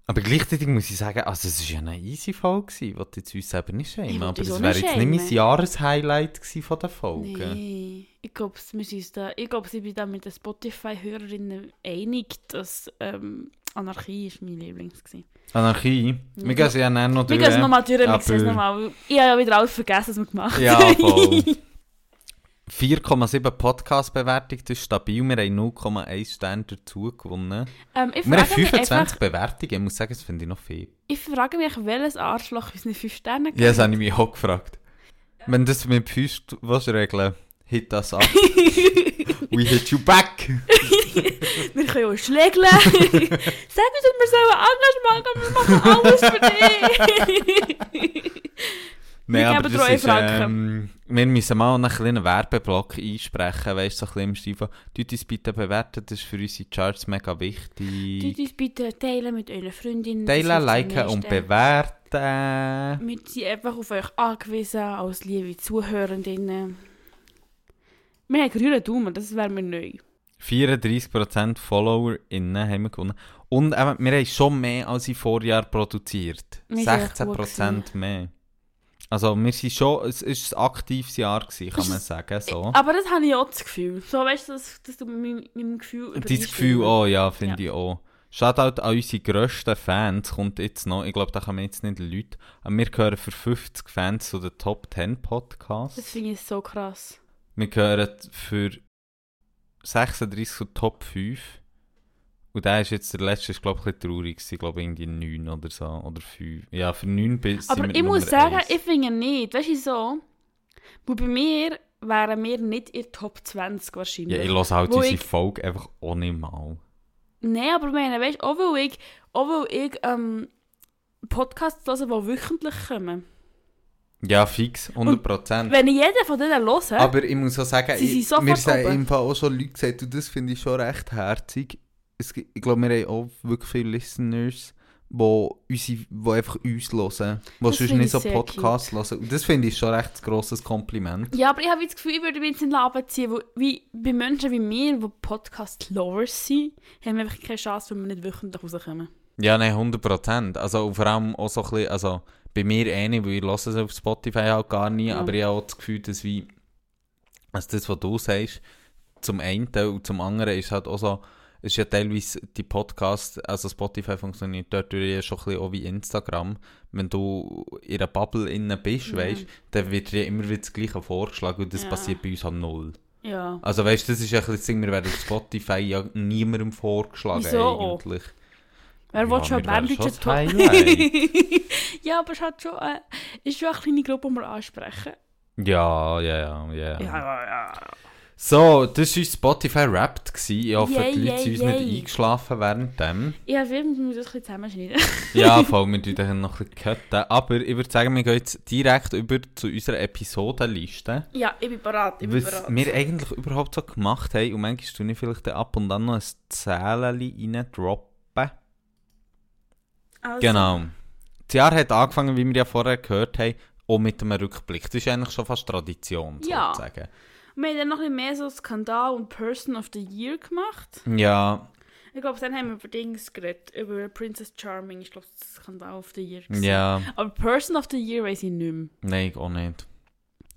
S2: Aber gleichzeitig muss ich sagen, also es war ja eine easy Folge, gewesen, was jetzt uns selber nicht schämen.
S1: will
S2: Aber
S1: dich
S2: es
S1: auch
S2: wäre
S1: nicht
S2: jetzt nicht mein
S1: schämen.
S2: Jahreshighlight gewesen von der Folge.
S1: Nee. Ich glaube, wir sind da, ich glaube, ich bin da mit den Spotify-Hörerinnen einig, dass ähm, Anarchie ist mein Lieblings war.
S2: Anarchie. Wir gehen sie ja dann noch
S1: Mhm. Wir
S2: durch.
S1: gehen es nochmal durch, wir sehen es
S2: Aber-
S1: nochmal. Ich habe ja wieder alles dus vergessen, was wir gemacht haben. *laughs*
S2: Ja, voll.
S1: Ehm,
S2: 4,7 Podcast-Bewertung, das ist stabil. Wir haben 0,1 Sterne dazu gewonnen.
S1: ähm, ich,
S2: Wir haben
S1: frage mich
S2: 25
S1: einfach,
S2: Bewertungen, ich muss sagen, das finde ich noch viel.
S1: ich frage mich, welches Arschloch uns nicht 5 Sterne
S2: Ja, das
S1: gegeben
S2: habe ich mich auch gefragt. Wenn das mit Füßen was regeln, hit
S1: *laughs*
S2: das ab. We hit you back!
S1: Wir können uns schlägeln.
S2: *laughs*
S1: Sag uns, dass wir sollen anders machen, wir machen alles für dich.
S2: *laughs* Nein, aber
S1: geben
S2: das
S1: treue
S2: ist, ähm,
S1: Franken.
S2: wir müssen mal einen kleinen Werbeblock einsprechen, weißt du, so ein bisschen im Stil von, «Tut uns bitte bewerten, das ist für unsere Charts mega
S1: Tut
S2: wichtig.
S1: uns bitte teilen mit euren Freundinnen. das
S2: Teilen,
S1: hilft am
S2: liken eh, und
S1: meisten.
S2: bewerten.
S1: Wir sind einfach auf euch angewiesen, als liebe Zuhörerinnen. Wir haben grüne Daumen, das wäre mir neu.
S2: 34% FollowerInnen haben wir gewonnen. Und eben, wir haben schon mehr als im Vorjahr produziert.
S1: Wir sind echt gut
S2: 16% mehr. Also wir sind schon, es ist ein aktives Jahr gewesen, kann
S1: Ist
S2: man
S1: es-
S2: sagen, so.
S1: Aber das habe ich auch das Gefühl. So, weißt du, das, das tut meinem, meinem Gefühl
S2: Dein
S1: übereinstimmen.
S2: Gefühl auch, ja, finde ich auch. Shoutout an unsere grössten Fans kommt jetzt noch. Ich glaube, da kann man jetzt nicht Leute. Aber wir gehören für 50 Fans zu den Top 10
S1: Das
S2: Podcasts.
S1: finde ich so krass.
S2: Wir gehören für 36 zu Top 5. Und der ist jetzt der letzte, ist glaube ich ein bisschen traurig. gewesen. Ich glaube irgendwie 9 oder so. Oder 5. Ja, für 9 bis
S1: Aber
S2: sind wir
S1: ich muss
S2: Nummer
S1: sagen,
S2: eins.
S1: ich finde nicht. Weißt du, so? Wo bei mir wären wir nicht in der Top 20 wahrscheinlich.
S2: Ja, ich lasse halt
S1: Wo
S2: unsere
S1: ich-
S2: Folge einfach ohne Mal.
S1: Nein, aber ich meine, weißt du, auch weil ich, auch weil ich ähm, Podcasts höre, die wöchentlich kommen.
S2: Ja, fix, 100%.
S1: Wenn ich jeden von denen höre,
S2: Aber ich muss auch sagen,
S1: Sie sind
S2: ich,
S1: sofort
S2: mir sind
S1: oben.
S2: im Fall auch schon Leute gesagt, und das finde ich schon recht herzig. Es, gi- ich glaube, wir haben auch wirklich viele Listeners, die unsere- die einfach uns hören,
S1: Das
S2: die sonst
S1: finde
S2: nicht
S1: ich
S2: so
S1: sehr
S2: Podcasts hören. Und das finde ich schon recht ein grosses Kompliment.
S1: Ja, aber ich habe das Gefühl, ich würde mich jetzt in den Abend ziehen, weil wie, bei Menschen wie mir, die Podcast-Lovers sind, haben wir einfach keine Chance, wenn wir nicht wöchentlich rauskommen.
S2: Ja, nein, 100 Prozent. Also und vor allem auch so ein bisschen, also bei mir eh nicht, weil ich höre es auf Spotify halt gar nie,
S1: Ja.
S2: aber ich habe auch das Gefühl, dass wie, also das, was du sagst, zum einen und zum anderen ist halt auch so, es ist ja teilweise die Podcasts, also Spotify funktioniert dort ja schon ein bisschen auch wie Instagram. Wenn du in einer Bubble innen bist,
S1: Ja.
S2: weißt dann wird dir immer wieder das Gleiche vorgeschlagen und das
S1: Ja.
S2: passiert bei uns an null.
S1: Ja.
S2: Also weißt du, das ist ja ein bisschen das Ding, wir werden auf Spotify ja niemandem vorgeschlagen
S1: Wieso auch?
S2: eigentlich.
S1: Wer
S2: Ja,
S1: will schon
S2: wir wären
S1: Berndeutschen
S2: schon das Highlight.
S1: *laughs* Ja, aber es hat schon, äh, ist schon eine kleine Gruppe, die wir ansprechen.
S2: Ja, ja, ja,
S1: Ja,
S2: ja.
S1: ja, ja.
S2: So, das war unser Spotify Wrapped. Gewesen. Ich hoffe,
S1: Yay,
S2: die Leute sind
S1: yay,
S2: uns nicht
S1: yay.
S2: eingeschlafen während dem.
S1: Ich habe wir müssen das ein bisschen zusammenschneiden.
S2: Ja, voll, wir tun dann noch ein bisschen cutten. Aber ich würde sagen, wir gehen jetzt direkt über zu unserer Episodenliste.
S1: *laughs* ja, ich bin bereit, ich bin bereit.
S2: Was wir eigentlich überhaupt so gemacht haben, und manchmal tun ich vielleicht dann ab und an noch ein Zählchen rein droppen.
S1: Also,
S2: Genau. Das Jahr hat angefangen, wie wir ja vorher gehört haben, auch mit einem Rückblick. Das ist eigentlich schon fast Tradition,
S1: Ja.
S2: sozusagen.
S1: Wir haben dann noch ein bisschen mehr so Skandal und Person of the Year gemacht.
S2: Ja,
S1: Ich glaube, dann haben wir über Dings geredet, über Princess Charming. Ich glaube, das Skandal of the Year. gewesen.
S2: ja.
S1: Aber Person of the Year weiß ich nicht mehr.
S2: Nein, ich auch nicht.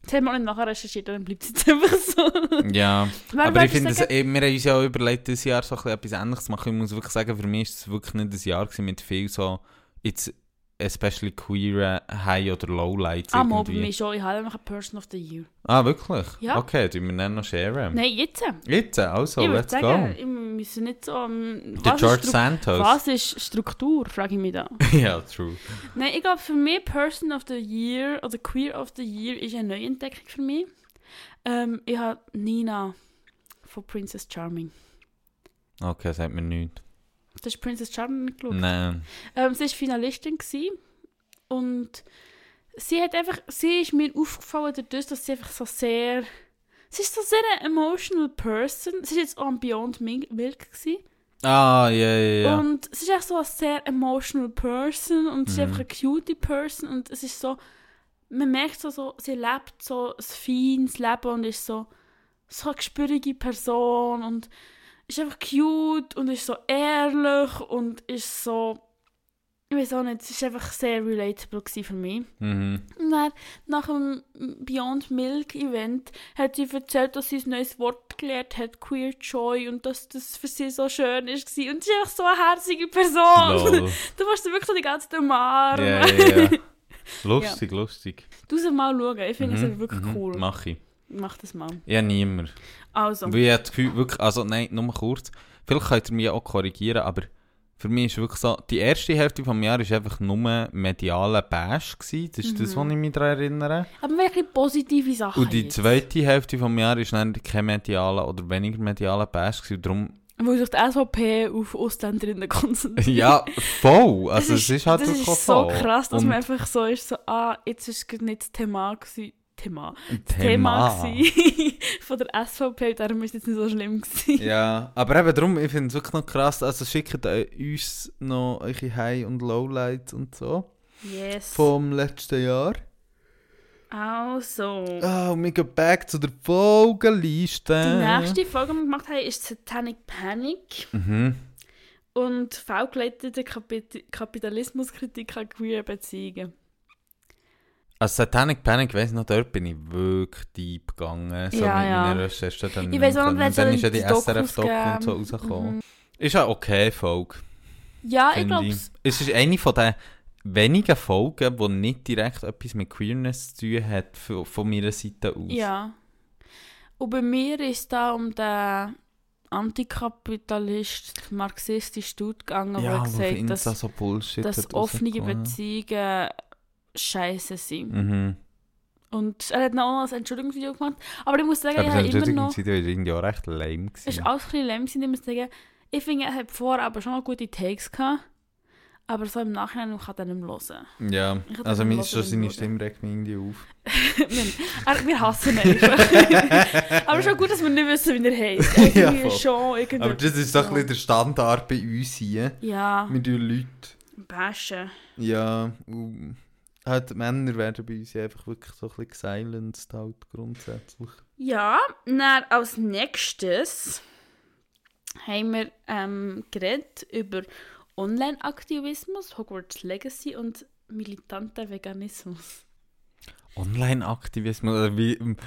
S1: Das haben wir auch nicht nachher recherchiert, dann bleibt es jetzt einfach so. *laughs*
S2: Ja.
S1: Wer
S2: Aber ich
S1: würde
S2: finde, es-
S1: sagen-
S2: eh, wir haben uns ja auch überlegt, dieses Jahr so ein bisschen etwas Ähnliches zu machen. Ich muss wirklich sagen, für mich war es wirklich nicht ein Jahr gewesen mit viel so, jetzt especially queer High- oder Lowlights
S1: Ah, Mob,
S2: irgendwie.
S1: mir schon. Ich habe einfach eine Person of the Year.
S2: Ah, wirklich?
S1: Ja.
S2: Okay, tun wir dann noch sharen.
S1: Nein, jetzt.
S2: Jetzt, also,
S1: ich würde
S2: let's
S1: sagen,
S2: go.
S1: ich müssen nicht so... ähm,
S2: Der
S1: was
S2: George
S1: ist Stru-
S2: Santos.
S1: Was ist Struktur, frage ich mich da.
S2: *laughs*
S1: *laughs*
S2: ja, true.
S1: Nein, ich glaube, für mich Person of the Year oder Queer of the Year ist eine Neuentdeckung für mich. Ähm, ich habe Nina von Princess Charming.
S2: Okay, sagt mir nichts.
S1: Das ist Princess Charming nicht geschaut.
S2: Nein.
S1: Ähm, sie war Finalistin gewesen. und sie hat einfach, sie ist mir aufgefallen dadurch, dass sie einfach so sehr, sie ist so sehr eine emotional person. Sie ist jetzt auch am Beyond Milk gewesen.
S2: Ah, ja, ja, ja.
S1: Und sie ist echt so eine sehr emotional Person und sie
S2: Mhm.
S1: ist einfach eine cutie Person und es ist so, man merkt so, so sie lebt so ein feines Leben und ist so, so eine gespürige Person und ist einfach cute und ist so ehrlich und ist so, ich weiß auch nicht, es ist einfach sehr relatable gewesen für mich.
S2: Mhm.
S1: Und dann, nach dem Beyond Milk Event hat sie erzählt, dass sie ein neues Wort gelernt hat, Queer Joy, und dass das für sie so schön ist. gewesen. Und sie ist einfach so eine herzige Person.
S2: Lol.
S1: *laughs* Du musst sie wirklich so die ganze Zeit umarmen.
S2: Ja, ja, ja. Lustig, lustig.
S1: *laughs* Du sollst mal schauen, ich finde
S2: Mhm,
S1: es wirklich
S2: mhm.
S1: cool.
S2: Mach ich.
S1: Mach das mal.
S2: Ja, niemand.
S1: Also,
S2: Weil ich habe das Gefühl, wirklich, also nein, nur kurz. Vielleicht könnt ihr mich auch korrigieren, aber für mich ist wirklich so, die erste Hälfte vom Jahr war einfach nur medialer Bash. Gewesen. Das ist das, was ich mich daran erinnere.
S1: aber wirklich positive Sachen.
S2: Und die
S1: Mhm. Ah, jetzt.
S2: zweite Hälfte vom Jahr war dann kein medialer oder weniger medialer Bash. Gewesen. Darum,
S1: *laughs* Weil sich die SVP auf Ausländerinnen konzentriert.
S2: ja, voll. *laughs* Also
S1: Das
S2: es ist halt
S1: das
S2: wirklich
S1: ist so
S2: voll.
S1: krass, dass
S2: Und
S1: man einfach so ist, so, ah, jetzt ist gerade nicht das Thema gewesen. Thema. Thema,
S2: Thema.
S1: gewesen *laughs* von der SVP, darum ist es jetzt nicht so schlimm gewesen.
S2: *laughs* Ja, aber eben darum, ich finde es wirklich noch krass. Also schickt äh, uns noch eure High- und Lowlights und so
S1: Yes.
S2: vom letzten Jahr.
S1: Also,
S2: Ah, und wir gehen back zu der Folgenliste.
S1: die nächste Folge, die wir gemacht haben, ist Satanic Panic
S2: Mhm.
S1: und fehlgeleitete Kapit Kapitalismuskritik an queer Beziehungen.
S2: Also Satanic Panic, weiss noch, dort bin ich wirklich deep gegangen. So
S1: Ja,
S2: mit
S1: ja.
S2: meiner Recherche. Dann
S1: Ich weiss auch noch,
S2: können.
S1: wer
S2: Dann
S1: so
S2: ist ja die
S1: die Dokus
S2: SRF-Doku und so
S1: gegeben.
S2: rausgekommen. Ist ja okay Folge,
S1: Ja, ich
S2: finde
S1: glaube,
S2: ich. Es ist eine von den wenigen Folgen, die nicht direkt etwas mit Queerness zu tun hat, von, von meiner Seite aus.
S1: ja. Und bei mir ist da um den Antikapitalist, marxistisch Dude gegangen,
S2: ja,
S1: der
S2: wo auf
S1: gesagt
S2: Insta
S1: dass, dass,
S2: so Bullshit hat
S1: offene
S2: rausgekommen.
S1: Beziehungen scheiße sind.
S2: Mhm.
S1: Und er hat noch mal ein Entschuldigungsvideo gemacht. Aber ich muss sagen,
S2: Aber
S1: ich
S2: das
S1: habe immer noch...
S2: Entschuldigungsvideo war irgendwie auch recht lame.
S1: Es
S2: Gewesen.
S1: ist alles ein bisschen lame, gewesen, ich muss sagen. Ich finde, er hat vor aber schon noch gute Takes gehabt. Aber so im Nachhinein man kann er nicht mehr hören. *laughs*
S2: Ja,
S1: Ich hab
S2: also
S1: den
S2: mir
S1: Lothar
S2: ist schon seine
S1: geschaut.
S2: Stimme regt mich irgendwie auf.
S1: wir, er, wir hassen ihn
S2: *laughs*
S1: einfach. aber schon gut, dass wir nicht wissen, wie er heißt. Irgendwie
S2: Ja, voll.
S1: schon irgendwie.
S2: Aber das ist doch ein bisschen der Standard bei uns hier.
S1: Ja,
S2: Mit den Leuten.
S1: bashen.
S2: Ja, und halt die Männer werden bei uns einfach wirklich so ein bisschen gesilenced halt grundsätzlich.
S1: Ja, dann als nächstes haben wir ähm, geredet über Online-Aktivismus, Hogwarts Legacy und militanter Veganismus.
S2: Online-Aktivismus oder wie ähm,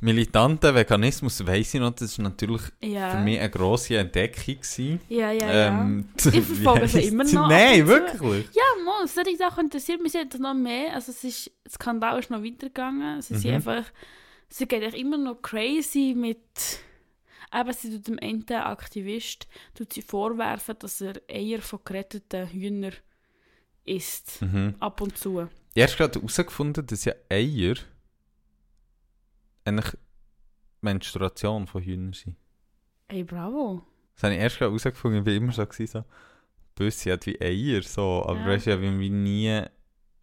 S2: militanter Veganismus, weiss ich noch, das war natürlich
S1: Ja.
S2: für mich eine grosse Entdeckung. Gewesen.
S1: Ja, ja, ja.
S2: Ähm,
S1: *laughs*
S2: *laughs*
S1: Ich verfolge
S2: wie
S1: sie
S2: heisst
S1: immer
S2: sie?
S1: noch ab
S2: Nein,
S1: und zu.
S2: wirklich.
S1: Ja, mal, solche Sachen interessiert mich jetzt noch mehr. Also es ist, der Skandal ist noch weitergegangen. Sie sind
S2: Mhm.
S1: einfach, sie geht echt immer noch crazy mit, aber sie tut dem einen Aktivist, tut sie vorwerfen, dass er Eier von geretteten Hühnern isst.
S2: Mhm.
S1: Ab und zu.
S2: Ich habe gerade herausgefunden, dass ja Eier eigentlich Menstruation von Hühnern sind.
S1: Ey, bravo.
S2: Das habe ich erst gerade herausgefunden, ich war immer so, gewesen, so Büssi hat wie Eier, so. aber
S1: Ja.
S2: weißt du, ich habe mir nie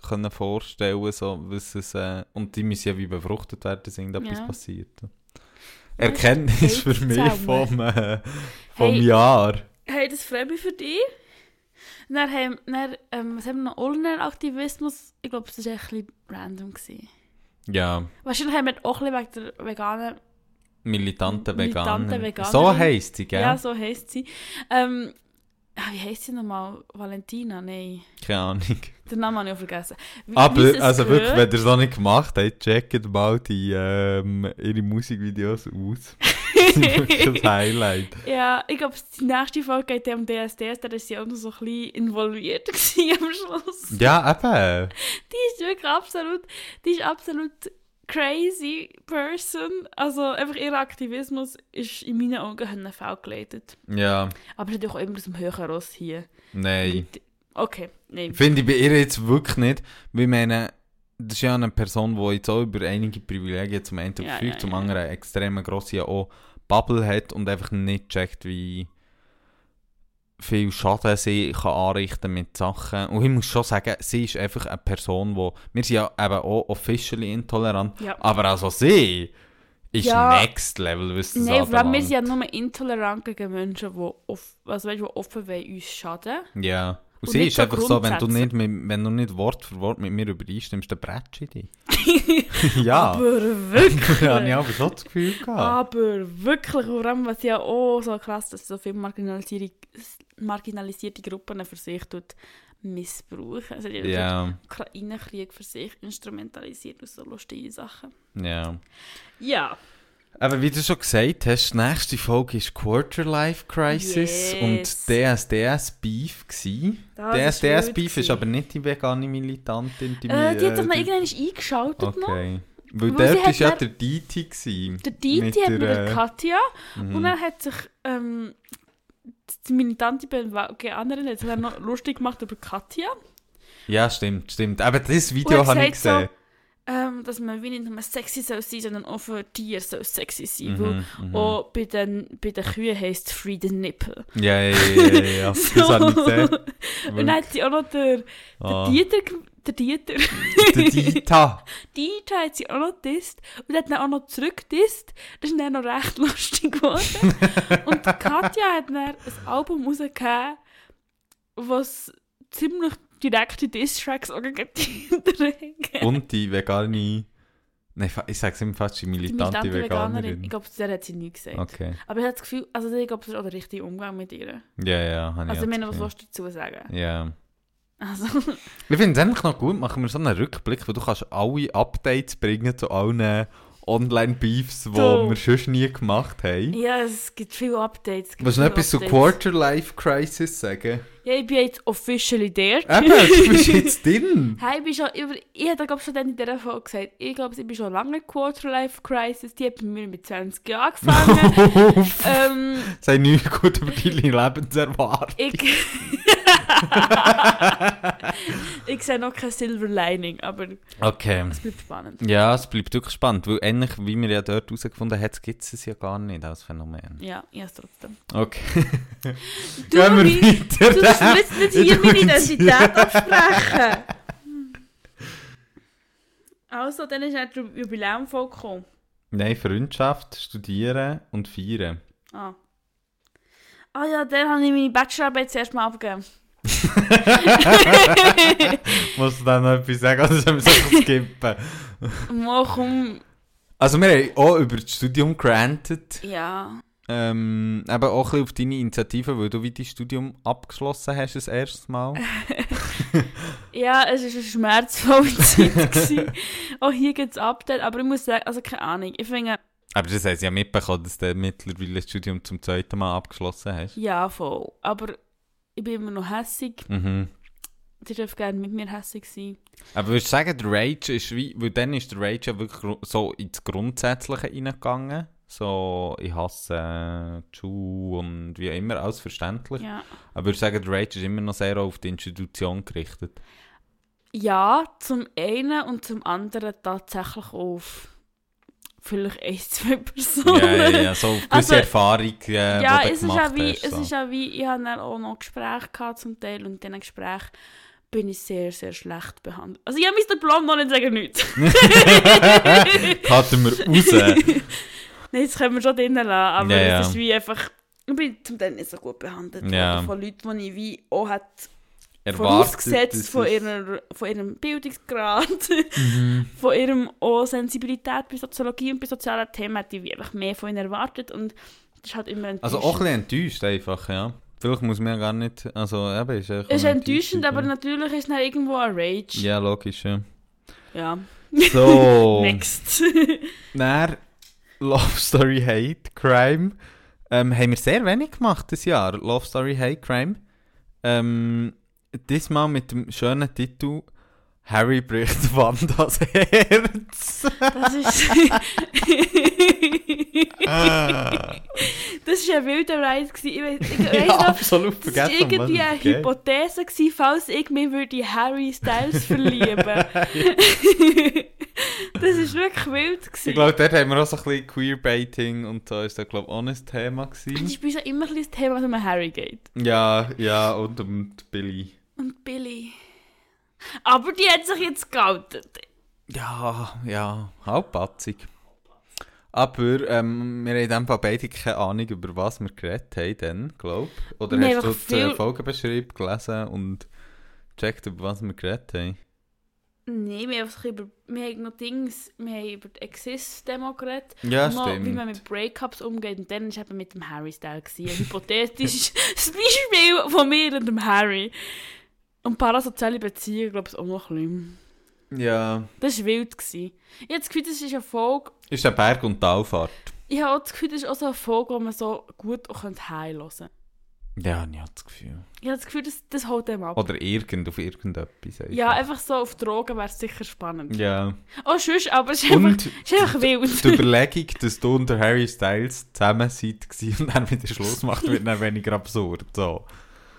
S2: können vorstellen so, was es... Äh, und die müssen ja wie befruchtet werden, dass irgendetwas
S1: Ja.
S2: passiert.
S1: Ja,
S2: Erkenntnis
S1: das
S2: für
S1: geht
S2: mich
S1: zusammen.
S2: vom, äh, vom
S1: Hey.
S2: Jahr.
S1: Hey, das freut mich für dich. Dann haben, dann, ähm, was haben wir noch? Online-Aktivismus. Ich glaube, das war echt ein bisschen random. Gewesen.
S2: Ja,
S1: Wahrscheinlich haben wir auch ein bisschen wegen der veganen
S2: militante Veganer.
S1: Militante Veganerin.
S2: So heisst sie, gell?
S1: Ja, so heisst sie. Ähm, ah, wie heisst sie nochmal? Valentina? Nein.
S2: Keine Ahnung.
S1: Den Namen habe ich auch vergessen. Wie- wie
S2: Aber,
S1: es
S2: also wirklich,
S1: gehört-
S2: wenn ihr es noch nicht gemacht habt, checkt mal die, ähm, ihre Musikvideos
S1: *laughs*
S2: aus. *laughs* Das ist wirklich ein Highlight.
S1: Ja, ich glaube, die nächste Folge geht ja um DSDS. Da war sie auch noch so ein bisschen involviert *laughs* gewesen am Schluss.
S2: Ja, eben.
S1: Die ist wirklich absolut, die ist absolut crazy person. Also einfach ihr Aktivismus ist in meinen Augen fehlgeleitet.
S2: Ja,
S1: Aber sie hat auch immer aus dem höheren Ross hier.
S2: nein.
S1: Und- Okay, nein.
S2: Finde ich bei ihr jetzt wirklich nicht. Weil ich meine, das ist eh, ja eine Person, die jetzt auch über einige Privilegien zum einen
S1: Ja,
S2: verfügt,
S1: ja,
S2: zum
S1: ja.
S2: anderen eine extrem grosse auch Bubble hat und einfach nicht checkt, wie viel Schaden sie kann anrichten mit Sachen. Und ich muss schon sagen, sie ist einfach eine Person, die... Wir sind ja eben auch officially intolerant,
S1: Ja.
S2: aber also sie... ist
S1: Ja.
S2: Next Level, was das
S1: Nein, vor allem, wir
S2: anbelangt.
S1: sind ja nur intolerant gegen Menschen, die, off also, weißt, du, die offen wollen, uns schaden.
S2: Ja. Und,
S1: Und
S2: sie
S1: nicht
S2: ist
S1: so
S2: einfach so, wenn du,
S1: Grundsätze.
S2: nicht mit, wenn du nicht Wort für Wort mit mir übereinstimmst, dann bretsch ich dich. *laughs* *laughs* ja.
S1: Aber wirklich.
S2: *laughs* Ja, habe ich aber schon das Gefühl gehabt.
S1: Aber wirklich, vor allem, was ja auch so krass, dass so viele marginalisierte, marginalisierte Gruppen für sich tut missbrauchen. Also die yeah.
S2: Ja,
S1: Ukraine-Krieg für sich instrumentalisiert aus so lustigen Sachen.
S2: ja.
S1: Ja.
S2: Aber wie du schon gesagt hast, die nächste Folge ist Quarterlife Crisis
S1: Yes. Ah,
S2: und DSDS Beef gsi.
S1: Das ist
S2: DSDS
S1: wild
S2: Beef ist
S1: gewesen.
S2: aber nicht die vegane Militantin, die
S1: Äh, die
S2: äh,
S1: hat sich noch
S2: die-
S1: irgendwann eingeschaltet. Noch.
S2: Okay. Weil
S1: Weil sie
S2: dort war
S1: hat
S2: ja
S1: dann-
S2: der Diti. gsi.
S1: Der Diti
S2: Mit
S1: hat
S2: der,
S1: mit der
S2: äh,
S1: Katja und
S2: Mhm.
S1: dann hat sich ähm, die Militante bei den anderen hat sich dann noch lustig gemacht über Katja.
S2: Ja, stimmt, stimmt. Aber das
S1: Und
S2: Video
S1: er
S2: habe ich
S1: gesagt
S2: gesehen.
S1: Ähm, dass man wie nicht nur sexy soll sein, sondern auch für Tiere soll sexy sein. Weil
S2: Mhm, mhm.
S1: Und bei den, bei den Kühen heisst es Free the Nipple.
S2: Ja, ja, ja, ja,
S1: *laughs*
S2: ja. *laughs* Das habe ich gesehen.
S1: Und dann hat sie auch noch der, der
S2: Ah,
S1: Dieter, ge- der Dieter,
S2: Der
S1: *laughs*
S2: Dita.
S1: Dieter hat sie auch noch gedisst und hat dann auch noch zurückgedisst. Das ist dann noch recht *laughs* lustig geworden. und die Katja hat dann ein Album rausgegeben, was ziemlich direkte Diss-Tracks auch gegen Dieter hat.
S2: Und die vegane... Nein, fa- ich sage es immer fast, die
S1: Die
S2: militante,
S1: militante Veganerin. Ich
S2: Veganerin.
S1: glaube, der hat sie nie gesagt.
S2: Okay.
S1: Aber ich habe das Gefühl, also ich glaube, das ist auch der richtige Umgang mit ihr.
S2: Ja, ja, habe ich
S1: Also ich
S2: auch
S1: meine, was
S2: gesehen.
S1: willst du dazu sagen?
S2: Ja.
S1: Also... *laughs*
S2: Ich finde es eigentlich noch gut, machen wir so einen Rückblick, weil du kannst alle Updates bringen zu allen Online-Beefs, die
S1: Du.
S2: wir sonst nie gemacht haben.
S1: Ja, es gibt viele Updates. es gibt
S2: Willst du noch
S1: viele
S2: etwas zu
S1: Updates.
S2: Quarter-Life-Crisis sagen?
S1: Ja, ich bin jetzt officially dort.
S2: Eben,
S1: *laughs*
S2: du bist jetzt drin.
S1: Hey, ich bin schon über... Ich habe glaube schon dann in dieser Folge gesagt, ich glaube, ich bin schon lange Quarterlife-Crisis. Die hat bei mir mit 20 Jahren *laughs* angefangen.
S2: *laughs*
S1: ähm,
S2: Sei nichts gut über deine Lebenserwartung.
S1: ich... *laughs* ich sehe noch kein Silver Lining, aber
S2: *laughs* Okay.
S1: es bleibt spannend.
S2: Ja, es bleibt wirklich spannend, weil ähnlich wie wir ja dort herausgefunden haben, gibt es es ja gar nicht als Phänomen.
S1: Ja, ich habe es trotzdem.
S2: Okay.
S1: Du,
S2: Gehen wir
S1: Marie,
S2: weiter.
S1: Du darfst mir jetzt nicht hier
S2: Ich
S1: meine
S2: tu uns-
S1: Identität absprechen. *laughs* Also, dann ist er die Jubiläum vollkommen.
S2: Nein, Freundschaft, Studieren
S1: *laughs*
S2: und Feiern.
S1: Ah. Ah ja, dann habe ich meine Bachelorarbeit zuerst mal abgegeben.
S2: Musst du dann noch etwas sagen, oder sollen wir es einfach skippen?
S1: Mal komm,
S2: Also wir haben auch über das Studium granted,
S1: ja.
S2: ähm, eben auch ein bisschen auf deine Initiative, weil du wie dein Studium abgeschlossen hast das erste Mal.
S1: *laughs* Ja, es war eine schmerzvolle *laughs* Zeit. gewesen. Auch hier gibt es Update, aber ich muss sagen, also keine Ahnung. Ich finde,
S2: Aber das heisst ja mitbekommen, dass du mittlerweile das Studium zum zweiten Mal abgeschlossen hast.
S1: ja, voll. Aber ich bin immer noch hässig.
S2: Mhm.
S1: Sie dürfen gerne mit mir hässig sein.
S2: Aber würdest du sagen, der Rage ist wie, weil dann ist der Rage ja wirklich gru- so ins Grundsätzliche reingegangen. So, ich hasse äh, die Schule und wie auch immer, alles verständlich.
S1: Ja.
S2: Aber würdest du sagen, der Rage ist immer noch sehr auf die Institution
S1: *laughs*
S2: gerichtet?
S1: Ja, zum einen und zum anderen tatsächlich auf vielleicht ein, zwei Personen.
S2: Ja, ja,
S1: *laughs*
S2: ja, so auf gewisse
S1: Also,
S2: Erfahrung, äh,
S1: Ja,
S2: die
S1: es
S2: du
S1: ist,
S2: gemacht
S1: auch wie,
S2: hast.
S1: es
S2: so.
S1: ist auch wie, ich hatte dann auch noch Gespräche gehabt zum Teil und in diesen Gesprächen bin ich sehr, sehr schlecht behandelt. Also ich habe mein Diplom noch nicht sagen nichts.
S2: *laughs* Hatten wir
S1: *laughs*
S2: raus.
S1: Nein, das können wir schon drinnen lassen, aber
S2: Ja, ja.
S1: es ist wie einfach, ich bin zum Teil nicht so gut behandelt
S2: Ja.
S1: worden von Leuten, die ich wie auch hat
S2: dass
S1: vorausgesetzt von,
S2: es- Mhm.
S1: ihrer, von ihrem Bildungsgrad, *laughs* von ihrem auch Sensibilität bei Soziologie und bei sozialen Themen hätte ich wie einfach mehr von ihnen erwartet und das ist halt immer ein
S2: Also auch ein bisschen enttäuscht einfach, ja. Vielleicht muss man ja gar nicht, also eben, ist einfach
S1: ist
S2: eine
S1: enttäuschend,
S2: Enttäuschung,
S1: aber natürlich ist dann irgendwo ein Rage.
S2: Ja, Oh. logisch,
S1: *laughs*
S2: ja.
S1: Ja.
S2: So.
S1: Next. *laughs*
S2: Dann Love Story Hate Crime. Ähm, haben wir sehr wenig gemacht das Jahr. Love Story Hate Crime. Ähm, diesmal mit dem schönen Titel Harry bricht *laughs* Wandas Herz.
S1: Das ist. *laughs* das war ein wilder Reis. gewesen. Ich weiß, ich
S2: *laughs*
S1: weiss noch,
S2: absolut
S1: das war irgendwie eine Hypothese, gewesen, falls ich mich würde in Harry Styles verlieben.
S2: *laughs*
S1: das war wirklich wild. Gewesen.
S2: Ich glaube, dort haben wir auch so ein bisschen Queerbaiting und so ist da, glaube ich, auch ein Thema
S1: das
S2: gewesen.
S1: ist bei uns ja immer ein bisschen das Thema, was um Harry geht.
S2: Ja, ja, und um die Billy.
S1: Und Billy. Aber die hat sich jetzt geoutet.
S2: Ja, ja, halbpatzig. Aber ähm, wir haben in dem Fall beide keine Ahnung, über was wir geredet haben, dann, glaube ich. Oder
S1: Wir
S2: hast
S1: haben
S2: du
S1: einfach
S2: die
S1: viel-
S2: Folgenbeschreibung gelesen und gecheckt, über was wir geredet haben?
S1: Nein, wir haben, einfach über, wir haben noch Dings, wir haben über die Exist-Demo geredet.
S2: Ja,
S1: Noch, wie man
S2: stimmt.
S1: mit Breakups umgeht. Und dann war eben mit dem Harry Style. Ein hypothetisches *laughs* Beispiel von mir und dem Harry. Und parasoziale Beziehungen, glaube ich, auch noch ein bisschen.
S2: Ja.
S1: Das war wild. Gewesen. Ich habe das Gefühl, das ist eine Folge.
S2: Ist eine Berg- und Talfahrt.
S1: Ich habe auch das Gefühl, das ist auch so eine Folge, die man so gut auch heimhören könnte.
S2: Ja, ich habe das Gefühl.
S1: Ich habe das Gefühl, das, das holt dem ab.
S2: Oder irgend auf irgendetwas. einfach.
S1: ja, äh, einfach so auf Drogen wäre es sicher spannend.
S2: Ja.
S1: Oh, sonst, aber es ist, einfach,
S2: Und
S1: es ist einfach
S2: die
S1: wild.
S2: Überlegung, *laughs* dass du und der Harry Styles zusammen seid gewesen und dann wieder Schluss macht, wird dann weniger absurd. So.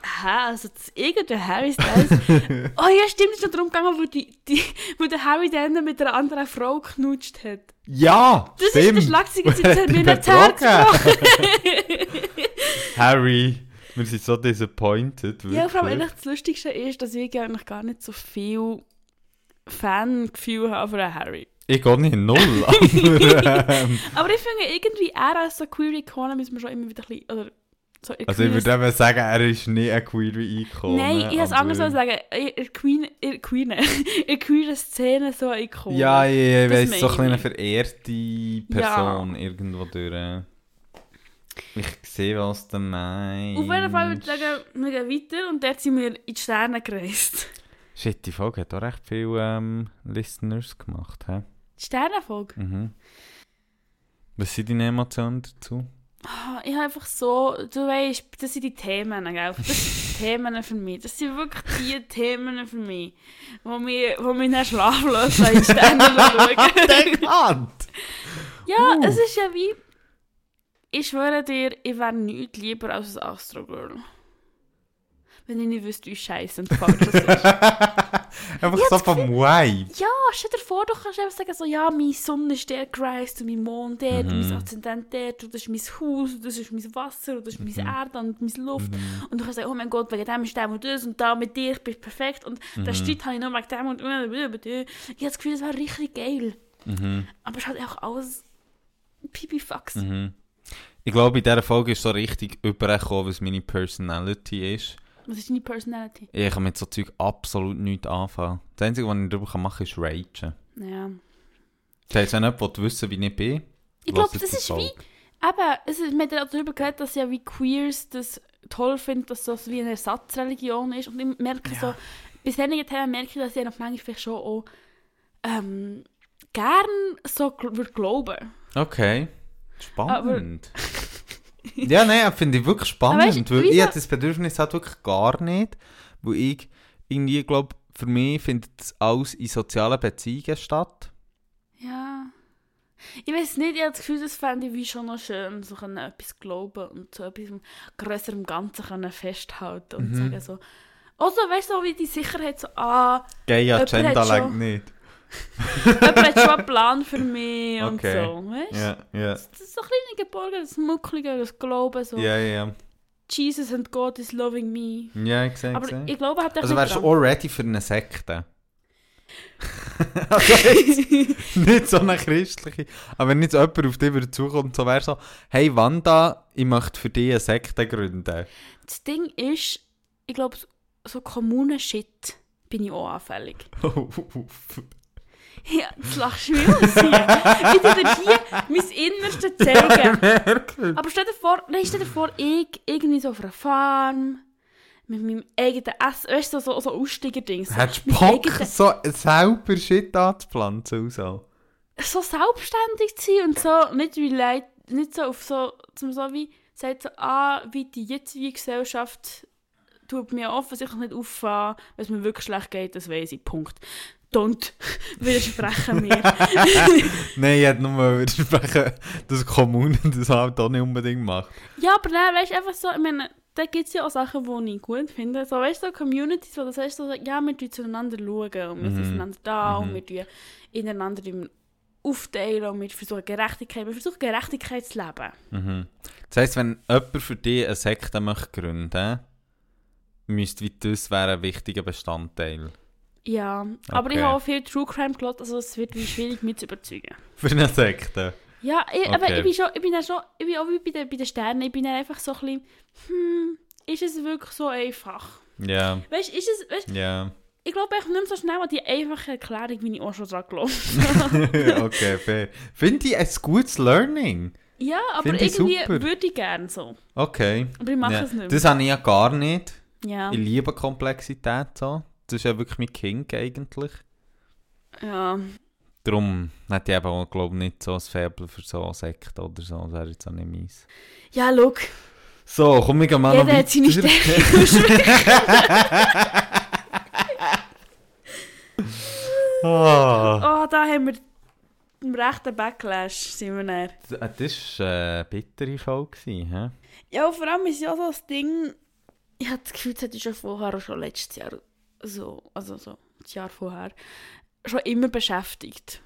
S1: *laughs* Hä, also das irgendein Harry Styles
S2: *laughs*
S1: Oh ja, stimmt, es ist noch darum gegangen, wo, die, die, wo der Harry dann mit einer anderen Frau geknutscht hat.
S2: Ja!
S1: Das
S2: stimmt.
S1: ist der Schlagzeuger, jetzt hat mir
S2: Wer
S1: nicht das
S2: hat
S1: Herz
S2: dich betrogen?
S1: gebrochen.
S2: Harry, wir sind so disappointed. Wirklich.
S1: Ja, vor allem eigentlich das Lustigste ist, dass ich eigentlich gar nicht so viel Fangefühl habe für den Harry.
S2: Ich gehe nicht null.
S1: *laughs*
S2: *laughs* aber, ähm,
S1: Aber ich finde irgendwie, er als so queer Ikone müssen wir schon immer wieder ein bisschen... Oder so ihr
S2: also ich
S1: queeres-
S2: würde eben sagen, er ist nie ein Queery Icon.
S1: Nein, ich habe es anders als sagen. Ihr- Ihr Queen... Ihr *laughs* Queen... Ihr queere Szene so eine Ikone.
S2: Ja, ja, ich
S1: Das
S2: weiss, so ein
S1: meine
S2: bisschen eine
S1: ich.
S2: verehrte Person irgendwo durch. Ich sehe, was du meinst.
S1: Auf jeden Fall würde ich sagen, wir gehen weiter und dort sind wir in die Sterne
S2: *laughs*
S1: gereist.
S2: Shit, die Folge hat auch recht viele ähm, Listeners gemacht. He?
S1: Die Sternenfolge.
S2: Mhm. Was sind deine Emotionen dazu?
S1: Ah, Ich habe einfach so, du weißt, das sind die Themen, gell? Das
S2: *laughs*
S1: sind die Themen für mich. Das sind wirklich die Themen für mich, wo mich, wo mich dann schlaflos in die Sterne
S2: *laughs*
S1: schauen.
S2: England!
S1: ja,
S2: Uh.
S1: es ist ja wie, ich schwöre dir, ich wäre nichts lieber als ein Astro-Girl. Wenn ich nicht wüsste, wie scheiße und falsch das ist.
S2: *laughs* Einfach so vom Vibe.
S1: *laughs* Ja, stell dir vor, du kannst einfach sagen, so, ja, meine Sonne ist der Christ und mein Mond der und
S2: Mhm.
S1: mein Aszendent der und das ist mein Haus und das ist mein Wasser und das ist meine
S2: Mhm.
S1: Erde und meine Luft. Und du kannst sagen, oh mein Gott, wegen dem ist dem und das und da mit dir, ich bin perfekt und
S2: Mhm.
S1: den Streit habe ich nur wegen dem und äh, blablabla. Ich habe das Gefühl, das wäre richtig geil.
S2: Mhm.
S1: Aber es ist halt auch alles Pipifax.
S2: Mhm. Ich glaube, in dieser Folge ist so richtig übergekommen, was meine Personality ist.
S1: Was ist deine Personality?
S2: Ich kann mit so Zeug absolut nichts anfangen. Das Einzige, was ich darüber machen kann, ist ragen.
S1: Ja.
S2: Das heißt, wenn jemand will wissen wie ich bin,
S1: Ich glaube,
S2: hört
S1: das
S2: die
S1: ist
S2: Folge.
S1: wie. Eben, es ist, man hat ja auch darüber geredet, dass ja wie Queers das toll finden, dass das wie eine Ersatzreligion ist. Und ich merke so, bei einigen Themen merke ich, dass ich noch manchmal vielleicht schon auch ähm, gern so gl- würde glauben.
S2: Okay. Spannend. *laughs* ja, nein, finde ich wirklich spannend.
S1: Aber weisst du,
S2: weil ich
S1: wieso-
S2: habe das Bedürfnis halt wirklich gar nicht, wo ich irgendwie glaube, für mich findet das alles in sozialen Beziehungen statt.
S1: Ja. Ich weiß nicht, ich habe das Gefühl, das fände ich wie schon noch schön, so können etwas glauben und so etwas im größeren Ganzen können festhalten
S2: Mhm.
S1: und sagen so. Also, weißt du, wie die Sicherheit so, ah,
S2: Gay
S1: Jemand hat
S2: Agenda
S1: schon-
S2: längt nicht.
S1: jemand hat schon einen Plan für mich und
S2: Okay.
S1: so, weißt du?
S2: Ja, ja.
S1: Das ist so kleine Geborgen, das Mucklige, das Glauben, so
S2: Ja, ja.
S1: Jesus and God is loving me.
S2: Ja, ich sehe,
S1: Aber ich glaube, er hat
S2: Also wärst du
S1: dran.
S2: auch ready für eine *laughs* Sekte? also *laughs* jetzt, nicht so eine christliche. Aber wenn jetzt jemand auf dich wieder zukommt, so wäre so, hey Wanda, ich möchte für dich eine Sekte *laughs* gründen.
S1: *laughs* Das Ding ist, ich glaube, so Kommunen-Shit bin ich auch anfällig. *laughs*
S2: Oh,
S1: Ja, das lachst du mir aus. Ich tue dir hier mein Innerstes
S2: *laughs*
S1: zeigen.
S2: Merkel.
S1: Aber stell dir vor, nein, stell dir vor, ich irgendwie so auf einer Farm, mit meinem eigenen Essen, weißt du, so, so Aussteiger-Dings. so
S2: Hättest du
S1: mein
S2: Bock,
S1: eigenes-
S2: so selber Shit anzupflanzen und so?
S1: so selbstständig zu sein und so nicht wie Leute, nicht so auf so, zum so wie, sagt so, ah, wie die jetzige Gesellschaft tut mir offensichtlich nicht auffahren, wenn es mir wirklich schlecht geht, das weiss ich, Punkt. Don't *laughs* widersprechen
S2: *laughs*
S1: mir.
S2: Nein, ich hätte nur mal *laughs* widersprechen, dass die Kommune das halt auch nicht unbedingt macht.
S1: ja, aber dann weißt du einfach so, ich meine, da gibt es ja auch Sachen, die ich gut finde. So, weißt du, so Communities, wo das heißt, so, ja, wir tun zueinander schauen und wir sind
S2: Mhm.
S1: zueinander da und
S2: Mhm.
S1: wir tun ineinander im- aufteilen und wir versuchen Gerechtigkeit, wir versuchen Gerechtigkeit zu leben.
S2: Mhm. Das heisst, wenn jemand für dich eine Sekte möchte gründen müsste wie das wäre ein wichtiger Bestandteil. *laughs*
S1: Ja, aber ich
S2: Okay.
S1: habe auch viel True Crime gelassen, also es wird wie schwierig mich zu überzeugen.
S2: Für eine Sekte.
S1: Ja, ich, aber
S2: Okay.
S1: ich bin, schon, ich bin, dann schon, ich bin auch wie bei den, bei den Sternen, ich bin dann einfach so ein bisschen, hm, ist es wirklich so einfach?
S2: Ja,
S1: Weißt du, ist es, weißt,
S2: ja.
S1: ich glaube, ich nehme so schnell an die einfache Erklärung, wie ich auch schon dran gelaufen
S2: *laughs* okay, fair. Finde ich ein gutes Learning.
S1: *laughs* Ja, aber
S2: Finde ich
S1: irgendwie
S2: super.
S1: würde ich gerne so.
S2: Okay.
S1: Aber ich mache
S2: ja.
S1: es nicht mehr.
S2: Das habe ich ja gar nicht.
S1: Ja.
S2: Ich liebe Komplexität so. Das ist ja wirklich mein King eigentlich.
S1: ja.
S2: Darum hat ich eben auch, glaube ich, nicht so ein Faible für so Sekten oder so. Das wäre jetzt auch nicht meins.
S1: Ja, look.
S2: So, komm, ich gehe mal noch
S1: Jeder hat seine
S2: weiter.
S1: Stärke.
S2: *laughs* Ah.
S1: oh, da haben wir im rechten Backlash, sind wir näher.
S2: Das war äh, eine bittere Folge. gewesen, hä?
S1: Ja, und vor allem ist ja so das Ding, ich habe das Gefühl, das hätte ich schon vorher, auch schon letztes Jahr, so, also so, das Jahr vorher, schon immer beschäftigt.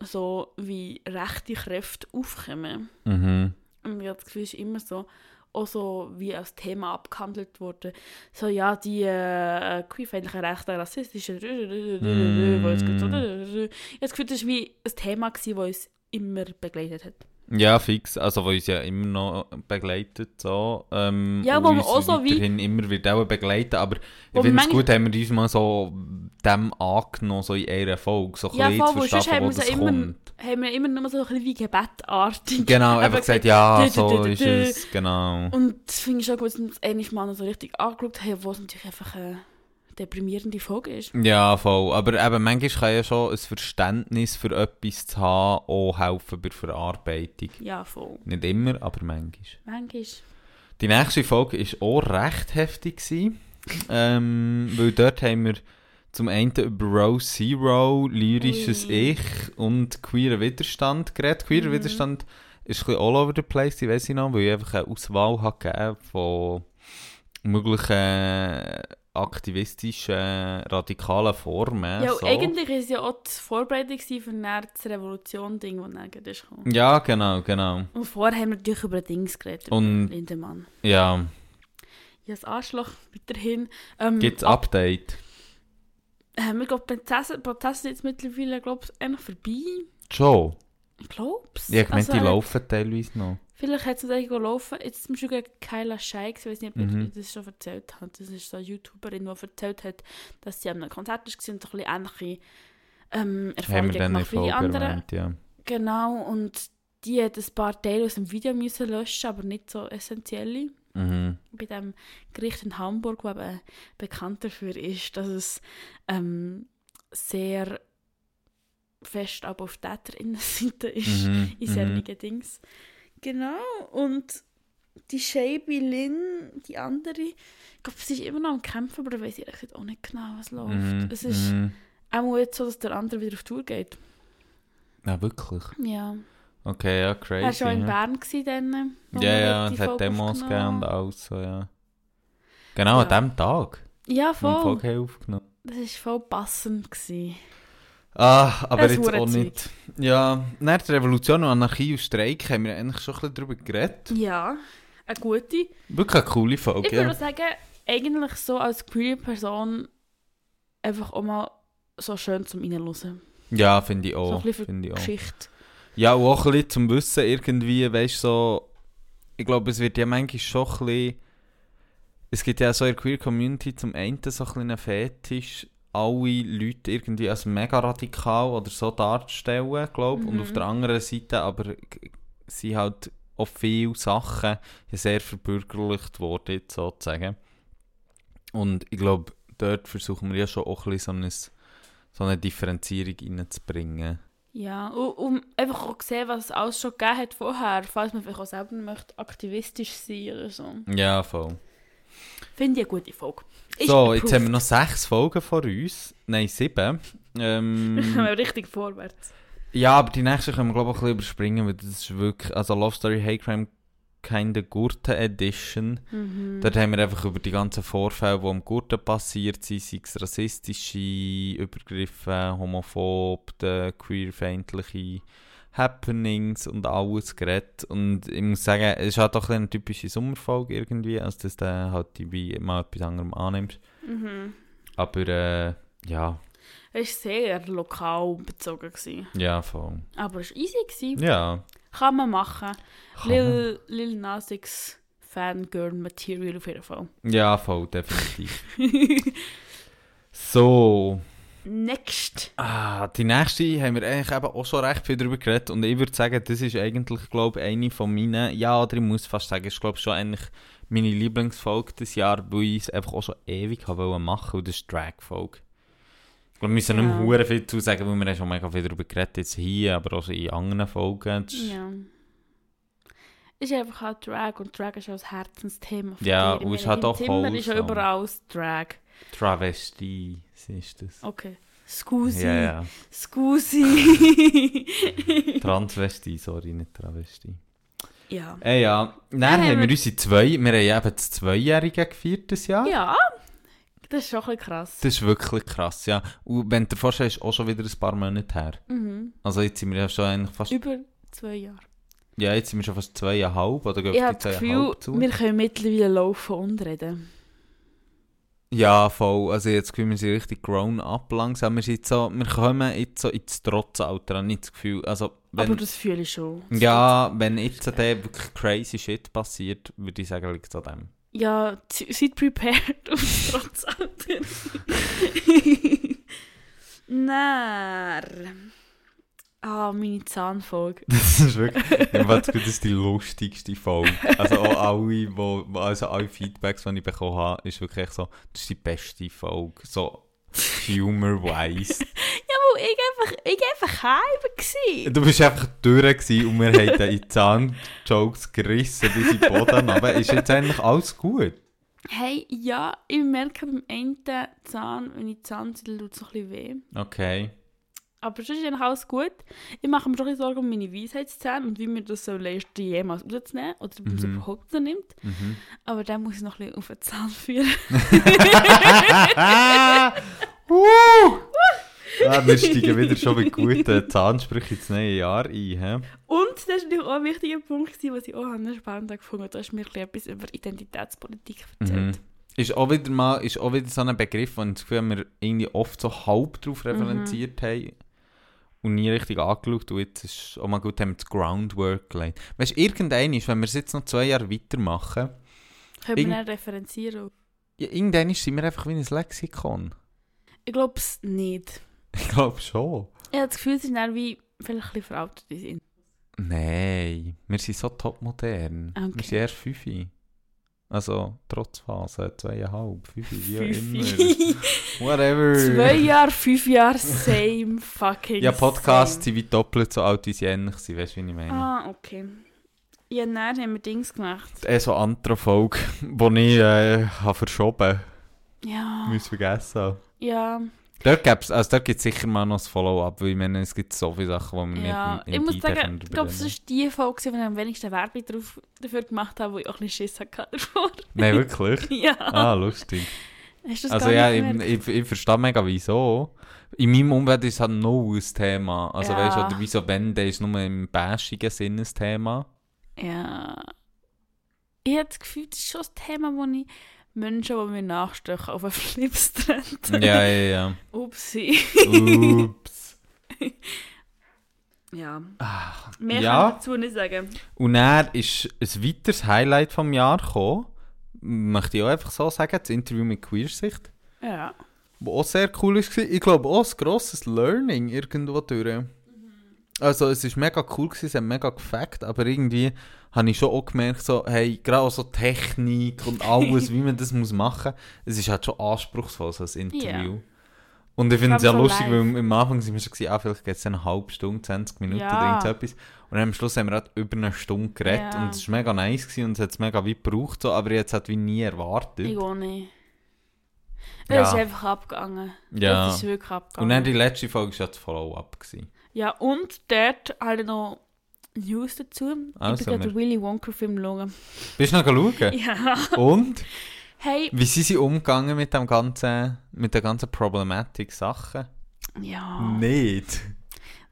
S1: So, wie rechte Kräfte aufkommen.
S2: Mhm.
S1: Und ich habe das Gefühl, es ist immer so, auch so, wie als Thema abgehandelt wurde. So, ja, die äh, queerfeindlichen Rechte, rassistische,
S2: Mm.
S1: wo es gibt so, ich habe das Gefühl, das war wie ein Thema, gewesen, das uns immer begleitet hat.
S2: Ja, fix. Also, wo uns ja immer noch begleitet. So, ähm,
S1: Ja,
S2: und
S1: wo wir
S2: uns
S1: auch so wie-
S2: weiterhin immer wird auch begleiten. Aber
S1: Wo
S2: ich
S1: wir
S2: finde es
S1: manchmal-
S2: gut, haben wir uns mal so dem angenommen, so in einer Folge. So ein
S1: Ja,
S2: bisschen
S1: voll,
S2: zu
S1: weil sonst
S2: verstehen,
S1: haben
S2: wo
S1: wir
S2: das
S1: sie immer, *laughs*
S2: kommt.
S1: haben wir immer nur so ein bisschen wie gebettartig.
S2: Genau, einfach gesagt, ja,
S1: dü- dü- dü-
S2: so
S1: dü-
S2: ist
S1: dü.
S2: es. Genau.
S1: Und das finde ich schon gut, dass wir uns endlich mal noch so richtig angeschaut haben, wo es natürlich einfach eine deprimierende Folge ist.
S2: Ja, voll. Aber eben, manchmal kann ja schon ein Verständnis für etwas zu haben auch helfen bei der Verarbeitung.
S1: Ja, voll.
S2: Nicht immer, aber manchmal.
S1: Manchmal.
S2: Die nächste Folge war auch recht heftig. gewesen. ähm, weil dort haben wir zum einen über Row Zero, lyrisches
S1: Ui.
S2: Ich und queeren Widerstand geredet. Queerer
S1: Mhm.
S2: Widerstand ist ein bisschen all over the place, ich weiss ich noch, weil ich einfach eine Auswahl hat gegeben von möglichen aktivistischen, radikalen Formen.
S1: ja, und
S2: so.
S1: eigentlich war es ja auch die Vorbereitung gewesen für dann das Revolution-Ding, das dann gerade ist gekommen.
S2: ja, genau, genau.
S1: Und vorher haben wir natürlich über Dings geredet, über
S2: Und
S1: Lindemann.
S2: ja,
S1: Ja, das Arschloch, weiterhin. Ähm,
S2: gibt es Update?
S1: Haben wir, glaube Prozesse, Prozesse jetzt mittlerweile, glaube ich, eigentlich vorbei.
S2: Schon?
S1: Ich Also, glaube es.
S2: Ja, ich meine, die laufen teilweise noch.
S1: Vielleicht hat es nicht gelaufen. Jetzt zum Beispiel gegen Kyla Scheik, ich weiß nicht, ob
S2: Mhm.
S1: ich das schon erzählt habe. Das ist so eine YouTuberin, die erzählt hat, dass sie an einem Konzert war und ein bisschen ähnliche ähm,
S2: Haben
S1: Erfahrungen
S2: wir dann in
S1: gemacht wie die
S2: Folge
S1: anderen.
S2: erwähnt, ja.
S1: Genau, und die hat ein paar Teile aus dem Video müssen löschen, aber nicht so essentielle. *laughs*
S2: Mhm.
S1: Bei dem Gericht in Hamburg, wo eben bekannt dafür ist, dass es ähm, sehr fest ab auf Täterinnenseite ist
S2: Mhm.
S1: in solchen Dings. Genau, und die Shaby Lin, die andere, ich glaube, sie ist immer noch am Kämpfen, aber ich weiß ehrlich gesagt auch nicht genau, was läuft.
S2: Mhm.
S1: Es ist
S2: Mhm.
S1: auch jetzt so, dass der andere wieder auf Tour geht.
S2: Ja, wirklich.
S1: Ja.
S2: Okay, ja, crazy.
S1: er war schon in
S2: ja.
S1: Bern gewesen dann. wo
S2: Ja,
S1: wir
S2: ja,
S1: die
S2: es hat
S1: Folge
S2: Demos gegeben
S1: aufgenommen
S2: und alles, so, ja. Genau,
S1: Ja.
S2: an diesem
S1: haben.
S2: Tag.
S1: Ja,
S2: Voll.
S1: voll.
S2: Folge aufgenommen.
S1: Das war voll passend. Gewesen.
S2: Ah, aber
S1: Das
S2: jetzt
S1: hure
S2: auch
S1: Zeug.
S2: nicht. Ja, nach der Revolution und Anarchie und Streik haben wir eigentlich schon ein bisschen darüber geredet.
S1: Ja, eine gute.
S2: Wirklich eine coole
S1: Ich
S2: Folge.
S1: würde
S2: Ja.
S1: sagen, eigentlich so als queer Person einfach auch mal so schön zum Reinhören.
S2: ja, finde ich
S1: So ein
S2: auch.
S1: bisschen für
S2: finde ich auch.
S1: Geschichte.
S2: Ja, und auch ein bisschen zum Wissen irgendwie, weißt du, so, ich glaube, es wird ja manchmal schon ein bisschen, es gibt ja so in der Queer-Community zum einen so ein bisschen einen Fetisch, alle Leute irgendwie als mega radikal oder so darzustellen, glaube ich, und
S1: Mhm.
S2: auf der anderen Seite aber g- sind halt auch viele Sachen ja sehr verbürgerlicht worden, jetzt sozusagen. Und ich glaube, dort versuchen wir ja schon auch ein bisschen so, ein, so eine Differenzierung reinzubringen.
S1: Ja, und, und einfach auch sehen, was es alles schon gegeben hat vorher, falls man vielleicht auch selber möchte, aktivistisch sein oder so.
S2: Ja, voll.
S1: Finde ich eine gute Folge. Ist
S2: So, jetzt haben wir
S1: approved.
S2: noch sechs Folgen vor uns. Nein, sieben.
S1: *laughs* *laughs* Wir
S2: Ähm,
S1: kommen richtig vorwärts.
S2: ja, aber die nächste können wir, glaube ich, auch ein bisschen überspringen, weil das ist wirklich. Also, Love Story Hate Crime, keine Gurte Edition.
S1: Mhm.
S2: Dort haben wir einfach über die ganzen Vorfälle, die am Gurten passiert sind, sei es rassistische Übergriffe, homophob, äh, queerfeindliche Happenings und alles geredet. Und ich muss sagen, es ist halt auch ein bisschen eine typische Sommerfolge irgendwie, als dass du halt wie mal etwas anderem annimmst.
S1: Mhm.
S2: Aber äh, ja,
S1: Es war sehr lokal bezogen. Gewesen.
S2: ja, voll.
S1: Aber es war easy. Gewesen.
S2: Ja,
S1: Kann man machen.
S2: Kann man-
S1: Lil, Lil Nas X Fangirl Material auf jeden Fall. *laughs*
S2: Ja, voll, definitiv. so.
S1: Next.
S2: Ah, die nächste haben wir eigentlich eben auch schon recht viel darüber geredet und ich würde sagen, das ist eigentlich, glaube ich, eine von meinen, eh, ja, oder ich muss fast sagen, ist, glaube ich, schon eigentlich meine Lieblingsfolge dieses Jahr, weil ich es einfach auch schon ewig habe wollen machen und das ist die Drag-Folge. Ich glaube, wir müssen nicht
S1: Ja.
S2: mehr verdammt viel zu sagen, weil wir haben schon mega viel darüber geredet, jetzt hier, aber auch schon in anderen Folgen. Das ist-
S1: Ja. Ist einfach halt Drag und Drag ist auch ein Herzensthema. für
S2: Ja,
S1: dich. Ich
S2: und es
S1: meine,
S2: hat
S1: dein
S2: auch
S1: Zimmer ist ja
S2: Holz,
S1: überall Drag.
S2: Travestie, was ist das?
S1: Okay. Scusi.
S2: Ja, ja.
S1: Scusi.
S2: Transvestie, sorry, nicht Travestie.
S1: ja.
S2: Äh, ja, dann
S1: haben
S2: haben wir
S1: wir-
S2: unsere zwei, wir haben ja eben das Zweijährige gefeiert dieses Jahr.
S1: Ja. Das ist schon ein bisschen krass.
S2: Das ist wirklich krass, ja. Und wenn du dir vorstellst, ist auch schon wieder ein paar Monate her.
S1: Mhm.
S2: Also jetzt sind wir ja schon eigentlich fast,
S1: Über zwei Jahre.
S2: ja, jetzt sind wir schon fast zweieinhalb oder gehen
S1: Ich
S2: auf
S1: habe
S2: die
S1: das Gefühl,
S2: zweieinhalb zu.
S1: wir können mittlerweile laufen und reden.
S2: Ja, voll. Also jetzt Gefühl, wir sind richtig grown up langsam. Wir, sind jetzt so, wir kommen jetzt so ins Trotzalter, habe ich das Gefühl. Also
S1: Aber
S2: wenn,
S1: das fühle ich schon. Das
S2: ja, wenn jetzt der wirklich crazy shit passiert, würde ich sagen, liegt es an dem.
S1: Ja, z- seid prepared *laughs* und trotz Alter. Nähr. Ah, meine
S2: *laughs*
S1: Zahnfolge.
S2: Das ist wirklich, ich fand das ist die lustigste Folge. Also auch alle, wo, also alle Feedbacks, die ich bekommen habe, ist wirklich so, das ist die beste Folge. So humor-wise.
S1: Ja, weil ich einfach, ich einfach halb gsi.
S2: *laughs* Du bist einfach durch gewesen und wir haben dann in Zahnjokes gerissen bis in den Boden. Aber ist jetzt eigentlich alles gut?
S1: Hey, ja, ich merke beim einen Zahn, wenn ich Zahnzettel tut es noch ein bisschen weh.
S2: *laughs* Okay.
S1: Aber sonst ist eigentlich alles gut. Ich mache mir schon ein bisschen Sorgen um meine Weisheitszähne und wie mir das so leisten, jemals rauszunehmen oder ob man es
S2: Mhm.
S1: überhaupt noch nimmt.
S2: Mhm.
S1: Aber dann muss ich noch ein bisschen auf den Zahn führen. *laughs*
S2: uh! Ah, wir steigen wieder schon mit guten Zahnsprüchen ins neue Jahr ein. He?
S1: Und das war natürlich auch ein wichtiger Punkt, gewesen, was ich auch an der Spannung gefunden habe. Du hast mir ein bisschen etwas über Identitätspolitik erzählt.
S2: Mhm. Ist auch wieder mal ist auch wieder so ein Begriff, wo ich das Gefühl habe, wir irgendwie oft so halb drauf referenziert haben und nie richtig angeschaut. Und jetzt ist auch mal gut, haben wir das Groundwork gelegt. Weißt du, irgendein ist, wenn wir es jetzt noch zwei Jahre weitermachen,
S1: Können wir
S2: Mhm. Irgend-
S1: dann referenzieren?
S2: ja, irgendein sind wir einfach wie ein Lexikon.
S1: Ich glaube es nicht.
S2: Ich glaube schon.
S1: Ich habe das Gefühl, es ist dann wie vielleicht ein bisschen veraltet. die sind.
S2: Nein, wir sind so topmodern.
S1: Ah, Okay.
S2: Wir sind erst fünf. Also, trotz Phase, zweieinhalb, fünf, wie auch immer.
S1: Fünf. *laughs*
S2: Whatever.
S1: Zwei Jahre, fünf Jahre, same fucking
S2: Ja, Podcasts
S1: same.
S2: sind wie doppelt so alt, wie sie ähnlich sind, weißt du, wie ich meine?
S1: Ah, okay. Ja, dann haben wir Dings gemacht.
S2: Eh so andere Folge, *laughs* die ich äh, habe verschoben
S1: Ja.
S2: habe, vergessen habe.
S1: Ja,
S2: Dort, gibt's- also dort gibt es sicher mal noch ein Follow-up, weil ich meine, es gibt so viele Sachen, die wir
S1: ja.
S2: nicht im,
S1: Ich
S2: im
S1: muss
S2: Detail
S1: sagen, ich
S2: können
S1: glaube, es
S2: überreden.
S1: war die Folge, gewesen, wo ich am wenigsten Werbung drauf, dafür gemacht habe, wo ich auch ein bisschen Schiss hatte *laughs* davor. *laughs*
S2: Nein, wirklich?
S1: ja.
S2: ah, lustig.
S1: Hast du das
S2: also ja,
S1: gar
S2: ich,
S1: nicht gemerkt?
S2: ich, ich verstehe mega, wieso. In meinem Umfeld ist es halt noch ein Thema. Also
S1: Ja.
S2: weißt du, oder wieso wenn, dann ist nur im bashigen Sinne
S1: *laughs*
S2: ein Thema.
S1: Ja. Ich habe das Gefühl, das ist schon ein Thema, wo ich Menschen, die mir nachstehen, auf den Flips trete. *laughs*
S2: Ja, ja, ja.
S1: Upsi.
S2: Uh. Ups.
S1: *laughs* Ja. Mehr
S2: Ah, ja.
S1: kann ich dazu nicht sagen.
S2: Und dann ist ein weiteres Highlight vom Jahr gekommen, möchte ich auch einfach so sagen, das Interview mit Queersicht,
S1: Ja.
S2: was auch sehr cool war. Ich glaube auch ein grosses Learning irgendwo
S1: Mhm.
S2: durch. Also es war mega cool, gewesen, es hat mega gefackt, aber irgendwie habe ich schon auch gemerkt, so, hey, gerade auch so Technik und
S1: *laughs*
S2: alles, wie man das muss machen muss, es ist halt schon anspruchsvoll, so ein Interview. Und ich finde es
S1: Vor
S2: ja
S1: allem so
S2: lustig,
S1: live.
S2: weil am Anfang sind wir so, gewesen, ah, vielleicht geht es eine halbe Stunde, 20 Minuten oder
S1: Ja.
S2: irgendetwas. Und am Schluss haben wir halt über eine Stunde geredet
S1: Ja.
S2: und es war mega nice gewesen und es hat es mega weit gebraucht, so, aber jetzt hat halt wie nie erwartet.
S1: Ich auch nicht.
S2: Ja.
S1: Es ist einfach abgegangen.
S2: Ja.
S1: Es ist wirklich abgegangen.
S2: Und dann die letzte Folge war ja das Follow-up. gewesen.
S1: Ja, und dort habe ich noch News dazu.
S2: Also,
S1: ich bin gerade
S2: wir-
S1: den Willy Wonka-Film schauen.
S2: Bist du noch schauen?
S1: *laughs* Ja.
S2: Oh. Und?
S1: Hey.
S2: Wie sind sie umgegangen mit, dem ganzen, mit der ganzen Problematik Sachen?
S1: Ja.
S2: Nicht.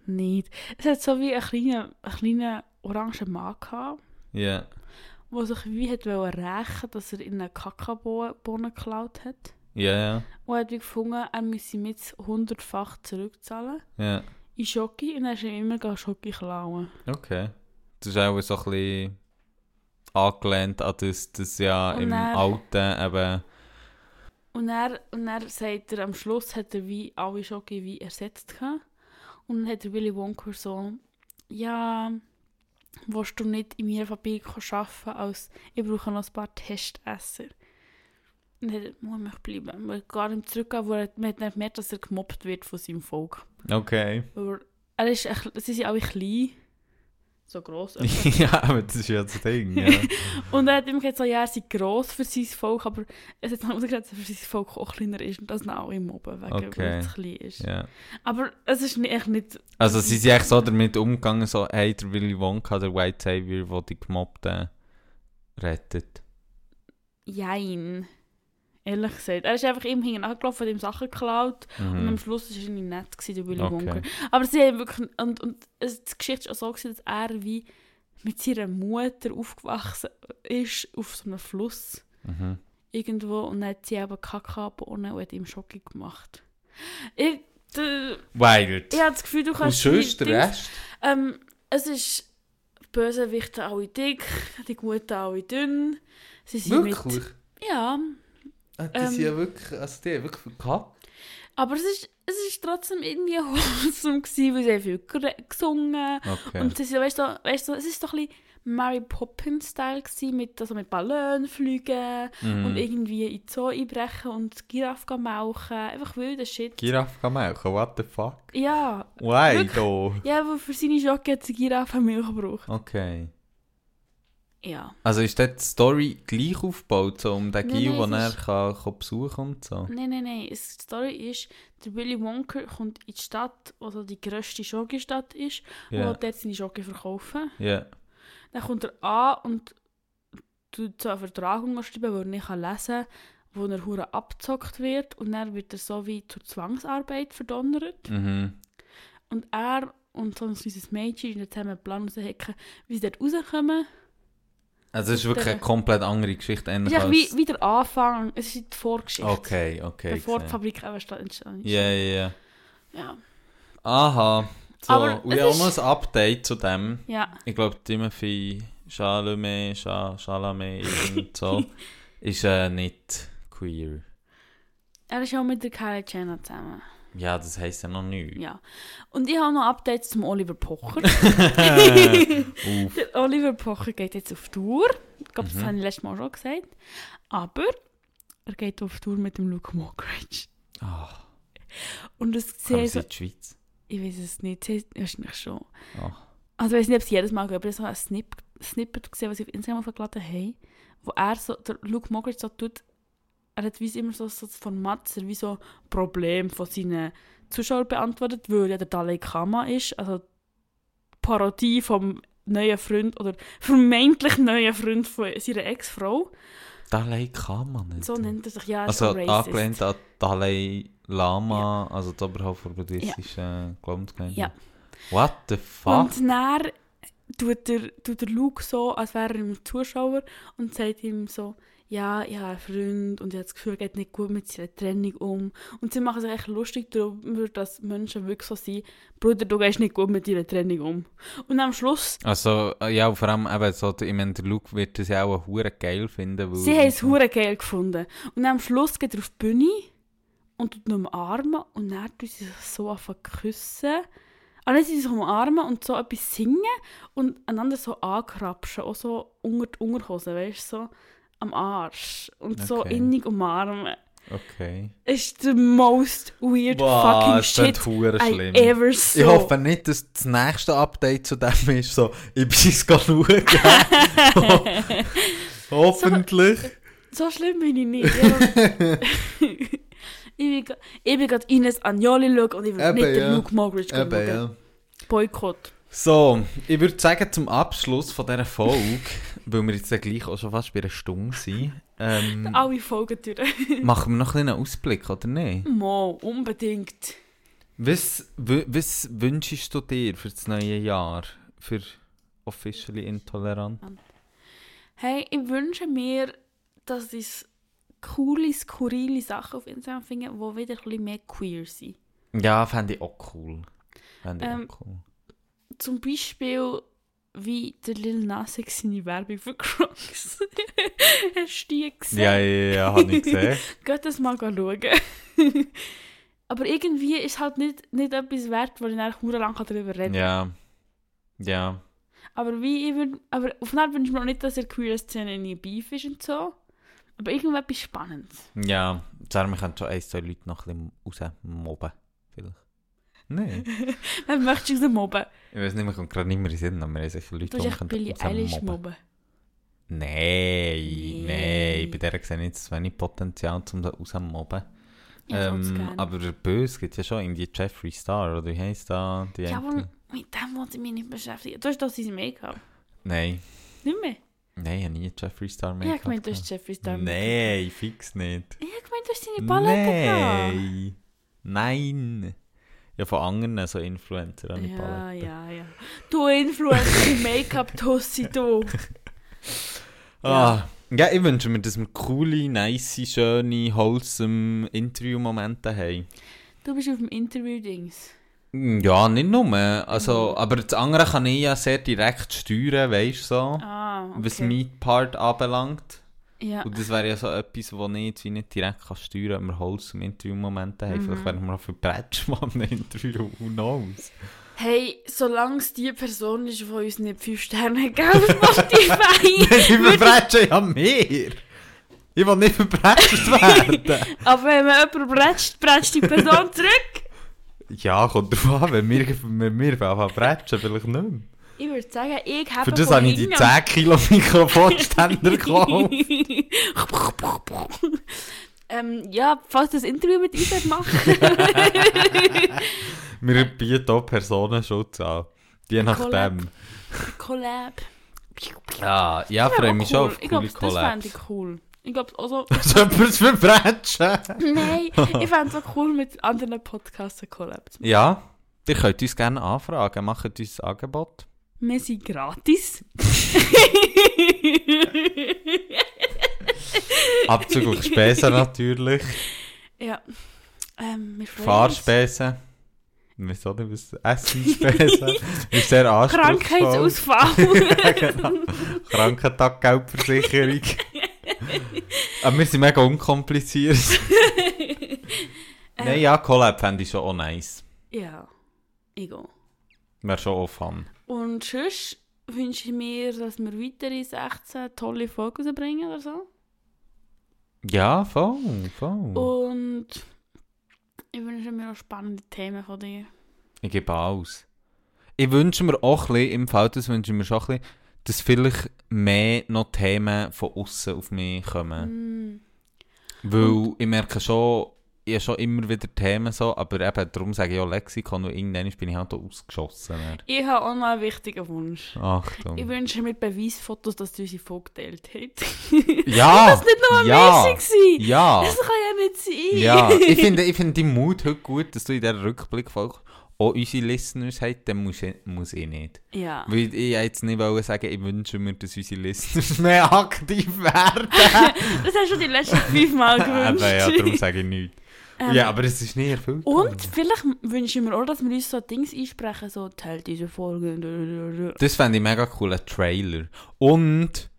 S1: Nicht. Es hat so wie einen kleinen, einen kleinen orangen Mann gehabt.
S2: Ja.
S1: der sich wie hat wollen rächen, dass er in eine Kakaobohne geklaut hat.
S2: Ja, ja.
S1: Und er hat wie gefunden, er müsse ihm jetzt hundertfach zurückzahlen.
S2: Ja.
S1: In Schocke und er ist ihm immer Schocke klauen.
S2: Okay. Das ist auch so ein bisschen angelehnt an das, das ja
S1: Und
S2: im
S1: dann-
S2: Alten eben...
S1: Und er, und er sagt er, am Schluss hat er wie alle Schocke wie ersetzt gehabt. Und dann hat der Willy Wonka so, ja, willst du nicht in meiner Fabrik arbeiten, als ich brauche noch ein paar Testesser. Und dann hat er, muss ich bleiben, weil gar nicht zurückgehen, wo er man hat dann gemerkt, dass er gemobbt wird von seinem Volk. *laughs*
S2: Okay. *laughs*
S1: Weil er ist, ein bisschen- sie sind alle klein, so gross. etwa.
S2: ja, aber das ist ja das Ding, ja.
S1: *laughs* Und er hat immer gesagt, so, ja, er sei gross für sein Volk, aber es hat herausgekriegt, dass er für sein Volk auch kleiner ist und das dann auch im Mobben, wegen
S2: Okay.
S1: weil es klein ist.
S2: ja.
S1: Aber es ist ni- echt nicht...
S2: Also sie sind echt so damit umgegangen, so «Hey, der Willy Wonka, der White Savior, der die Gemobbten rettet.»
S1: Jein. Ehrlich gesagt. Er ist einfach ihm hinten angelaufen, hat ihm Sachen geklaut und am
S2: Mhm.
S1: Schluss war er irgendwie nett, gewesen, der Willy
S2: Okay.
S1: Wonka. Aber sie haben wirklich... Und, und es, die Geschichte ist auch so, gewesen, dass er wie mit seiner Mutter aufgewachsen ist, auf so einem Fluss
S2: Mhm.
S1: irgendwo, und dann hat sie eben Kakaobohnen und hat ihm Schocke gemacht. Ich... d-
S2: Wild.
S1: Ich habe das Gefühl, du
S2: Und
S1: kannst...
S2: sonst
S1: die
S2: der
S1: Dings-
S2: Rest?
S1: Ähm, es ist Bösewichte alle dick, die Guten alle dünn. Sie sind
S2: Wirklich?
S1: Mit, ja,
S2: Ah, die sind
S1: Ähm.
S2: ja wirklich, also die haben wirklich verkackt.
S1: aber es ist, es ist trotzdem irgendwie *laughs* wholesome gewesen, weil sie haben viel gere- gesungen
S2: Okay.
S1: und sie sind, weißt du, weißt du, es ist doch ein bisschen Mary Poppins Style gewesen, mit also mit Ballon fliegen
S2: mhm.
S1: und irgendwie in den Zoo einbrechen und Giraffe gehen melken, einfach wilder Shit.
S2: Giraffe kann melken, what the fuck?
S1: ja,
S2: Wild, oh.
S1: ja, aber für seine Jacke hat sie Giraffe Milch gebraucht.
S2: Okay.
S1: Ja,
S2: Also ist dort die Story gleich aufgebaut, so um den
S1: Nein,
S2: Gil,
S1: nein,
S2: den er
S1: es
S2: kann, kann besuchen und so?
S1: nein, nein, nein, es, die Story ist, der Willy Wonka kommt in die Stadt, also die grösste Jockey-Stadt ist,
S2: Ja,
S1: Und dort seine Jockey verkaufen.
S2: ja.
S1: Dann kommt er an und tut so einen Vertrag unterschreiben, den er nicht lesen kann, wo er hure abgezockt wird. Und dann wird er so wie zur Zwangsarbeit verdonnert.
S2: Mhm.
S1: Und er und so ein kleines Mädchen haben zusammen einen Plan raushacken, wie sie dort rauskommen.
S2: Also es ist wirklich eine komplett andere Geschichte.
S1: Es
S2: eigentlich
S1: ist echt
S2: als-
S1: wie, wie der Anfang, es ist die Vorgeschichte.
S2: Okay, okay.
S1: Bevor die
S2: gesehen.
S1: Fabrik eben sta- entstanden ist.
S2: Ja, ja, ja.
S1: Ja.
S2: Aha. So,
S1: Aber
S2: und ich
S1: es
S2: habe noch
S1: ist-
S2: ein Update zu dem.
S1: ja.
S2: Ich glaube, Timothy Chalamet, Cha- Chalamet,
S1: *laughs*
S2: irgend so, ist äh, nicht queer.
S1: Er ist auch mit der Kylie Jenner zusammen.
S2: Ja, das heisst ja noch nichts.
S1: Ja. Und ich habe noch Updates zum Oliver Pocher. *laughs*
S2: Uff.
S1: Der Oliver Pocher geht jetzt auf Tour. Ich glaube, das
S2: Mhm.
S1: habe ich letztes Mal schon gesagt. Aber er geht auf Tour mit dem Luke Mockridge.
S2: Ach,
S1: Und es
S2: kommen
S1: sieht
S2: sie
S1: so,
S2: in die Schweiz?
S1: ich weiß es nicht, sie- wahrscheinlich schon.
S2: Ach.
S1: Also ich weiß nicht, ob es jedes Mal geht, aber ich habe so ein Snip Snippet gesehen, was ich auf Instagram hochgeladen habe, wo er so, der Luke Mockridge so tut, er hat wie immer so, so das Format, dass er wie so Problem von seinen Zuschauern beantwortet, weil ja der Dalai Kama ist, also die Parodie vom neuen Freund oder vermeintlich neuen Freund von seiner Ex-Frau.
S2: Dalai Lama nicht.
S1: So nennt er sich, ja, er ist
S2: also
S1: so racist.
S2: angelehnt an Dalai Lama, also die Oberhaupt der buddhistischen ja.
S1: Ja.
S2: What the fuck?
S1: Und dann tut der, tut der Luke so, als wäre er im Zuschauer und sagt ihm so, ja, ich habe einen Freund und ich habe das Gefühl, er geht nicht gut mit seiner Trennung um. Und sie machen sich echt lustig darüber, dass Menschen wirklich so sind, Bruder, du gehst nicht gut mit deiner Trennung um. Und am Schluss,
S2: Also, äh, ja, und vor allem eben so, ich meine, der Luke wird das ja auch hure geil finden, weil...
S1: sie haben es hure geil gefunden. Und am Schluss geht er auf die Bühne und tut ihn umarmen und dann tun sie sich so anfangen zu küssen. Und dann sind sie sich umarmen und so etwas singen und einander so ankrapschen, auch so unter die Unterhose, weißt du, so am Arsch. Und so
S2: Okay.
S1: innig umarmen.
S2: Okay.
S1: Ist der most weird fucking shit
S2: hure
S1: I ever saw.
S2: Ich hoffe nicht, dass das nächste Update zu dem ist, so, ich bin es schauen.
S1: *laughs*
S2: Hoffentlich.
S1: So schlimm bin ich nicht. *laughs* Ich hab- Ich bin gra- ich bin gerade Ines Agnoli schauen und ich will
S2: Eben,
S1: nicht
S2: ja.
S1: den Luke Mockridge schauen.
S2: Eben, ja.
S1: Boykott.
S2: So, ich würde sagen, zum Abschluss von dieser Folge, *laughs* weil wir jetzt ja gleich auch schon fast bei einer Stunde sind,
S1: *laughs*
S2: ähm,
S1: Alle Folgen durch.
S2: machen wir noch einen kleinen Ausblick, oder nicht?
S1: Mo, unbedingt.
S2: Was, w- was wünschst du dir für das neue Jahr? Für Officially Intolerant?
S1: Hey, ich wünsche mir, dass ich coole, skurrile Sachen auf Instagram finde, die wieder ein bisschen mehr queer sind.
S2: Ja, fände ich auch cool. Fände ich
S1: Ähm,
S2: auch cool.
S1: Zum Beispiel wie der Lil Nas X seine Werbung für *laughs* Crocs. Hast du die gesehen?
S2: Ja, ja, ja, habe
S1: *laughs*
S2: ich gesehen.
S1: Geht das mal schauen. *laughs* Aber irgendwie ist halt nicht, nicht etwas wert, wo ich dann sehr lange darüber reden kann.
S2: ja. Ja.
S1: Aber wie ich würd, aber auf eine Art wünsche ich mir auch nicht, dass er queer Szene in Beef ist und so. Aber irgendetwas Spannendes.
S2: Ja. Darum können schon ein, zwei Leute noch ein bisschen rausmobben. Vielleicht. Nein.
S1: Dann möchtest du sie mobben.
S2: Ich weiß nicht, wir kommen gerade nicht mehr in den Sinn, aber wir haben sicher Leute,
S1: Du hast
S2: die
S1: echt
S2: wir
S1: Billie
S2: rausmobben.
S1: Eilish mobben.
S2: Nein,
S1: Nee.
S2: nein. Bei der sehe ich jetzt zu wenig Potenzial, um da rauszumobben.
S1: Ich ähm,
S2: Ähm, aber böse gibt ja schon irgendwie Jeffree Star, oder wie heisst da? Die
S1: ja,
S2: eine-
S1: aber mit dem wollte ich mich nicht beschäftigen. Du hast doch sein Make-up.
S2: Nein,
S1: Nicht mehr?
S2: nein, ich habe nie Jeffree Star
S1: Ja,
S2: Make-up.
S1: ich meine, du hast
S2: gehabt. Hm.
S1: Jeffree Star Make-up.
S2: Nein, fix nicht.
S1: Ja, ich meine, du hast deine Palette gehabt.
S2: Nein, nein. Ja, von anderen so Influencer an die
S1: Ja,
S2: Palette.
S1: ja, ja. Du Influencer, Make-up-Tossi, du.
S2: Ah, ja, ich wünsche mir, dass wir coole, nice, schöne, wholesome Interviewmomente haben.
S1: Du bist auf dem Interview-Dings.
S2: Ja, nicht nur. Also, aber das andere kann ich ja sehr direkt steuern, weißt du so.
S1: Ah, okay. Ah.
S2: Was mein Part anbelangt.
S1: Ja.
S2: Und das wäre ja so etwas, wo ich jetzt wie nicht direkt kann steuern kann, ob wir Holz im Interviewmomente haben. Vielleicht wären wir auch für Bretschmann im Interview, who knows? *laughs*
S1: Hey, solange es die dus Person ist, die uns nicht 5 Sterne geben auf
S2: *laughs*
S1: Spotify.
S2: ich will Bretschen ja mehr! Ich will nicht verbrechen werden!
S1: Aber wenn man jemanden bretscht, bretscht die Person zurück.
S2: ja, kommt drauf an, wenn wir, wenn wir anfangen bretschen, vielleicht nicht mehr.
S1: Ich würde sagen, ich habe
S2: Für das habe ich dus die 10 *laughs* Kilo
S1: *laughs*
S2: Mikrofonständer gekauft.
S1: gekauft. ähm, ja, falls das Interview mit uns
S2: *laughs*
S1: machen.
S2: Wir bieten auch Personenschutz an. Je nachdem.
S1: Collab.
S2: Ja, ja,
S1: Wär
S2: freue
S1: auch
S2: mich
S1: cool.
S2: schon auf
S1: Ich
S2: coole
S1: glaube, das
S2: Collabs.
S1: fände ich cool. Ich glaube, also,
S2: Soll man es verbrechen?
S1: *laughs* nein, ich fände es auch cool, mit anderen Podcasts Collab zu machen.
S2: Ja, ihr könnt uns gerne anfragen. Macht uns ein Angebot.
S1: Wir sind gratis.
S2: Abzüglich *laughs* Spesen natürlich.
S1: ja. Ähm, wir freuen
S2: Fahrspesen. Wieso nicht was? *laughs* Essensspesen. ist sehr
S1: uns.
S2: anspruchsvoll.
S1: Krankheitsausfall. *laughs*
S2: ja, genau. Krankentaggeldversicherung. Aber wir sind mega unkompliziert.
S1: Äh.
S2: Nein, ja, Collab fände ich schon auch nice.
S1: ja. Ego.
S2: Wäre schon auch fun.
S1: Und tschüss. Wünsche ich mir, dass wir weitere 16 tolle Folgen rausbringen oder so.
S2: Ja, voll, voll.
S1: Oh. Und ich wünsche mir auch spannende Themen von dir.
S2: Ich gebe alles. Ich wünsche mir auch ein bisschen, im Fall das wünsche ich mir schon ein bisschen, dass vielleicht mehr noch Themen von außen auf mich kommen.
S1: Mm.
S2: Weil ich merke schon, ich habe schon immer wieder Themen so, aber eben, darum sage ich auch Lexikon, weil irgendwann bin ich halt auch ausgeschossen. dann.
S1: Ich habe auch noch einen wichtigen Wunsch. Ich
S2: Achtung.
S1: wünsche mir Beweisfotos, dass du unsere Folge geteilt hast. *laughs*
S2: *laughs* Ja!
S1: Das war nicht nur
S2: Ja.
S1: mäßig. gewesen.
S2: Ja!
S1: Das kann ja nicht sein.
S2: Ja! Ich finde, ich finde deinen Mut heute gut, dass du in dieser Rückblickfolge auch unsere oh, Listeners hast, dann muss ich, muss ich nicht.
S1: *laughs* ja.
S2: Weil ich jetzt nicht wollte sagen, ich wünsche mir, dass unsere Listeners *laughs* mehr aktiv *laughs* werden.
S1: Das hast du die letzten fünf Mal
S2: *laughs* Eben, ja, darum
S1: gewünscht.
S2: sage ich nichts.
S1: *laughs* Ähm,
S2: ja, aber es ist nicht erfüllt.
S1: Und vielleicht wünsche ich mir auch, dass wir uns so Dings einsprechen, so teilt diese Folge.
S2: Das fände ich Dus mega cool, ein Trailer. Und,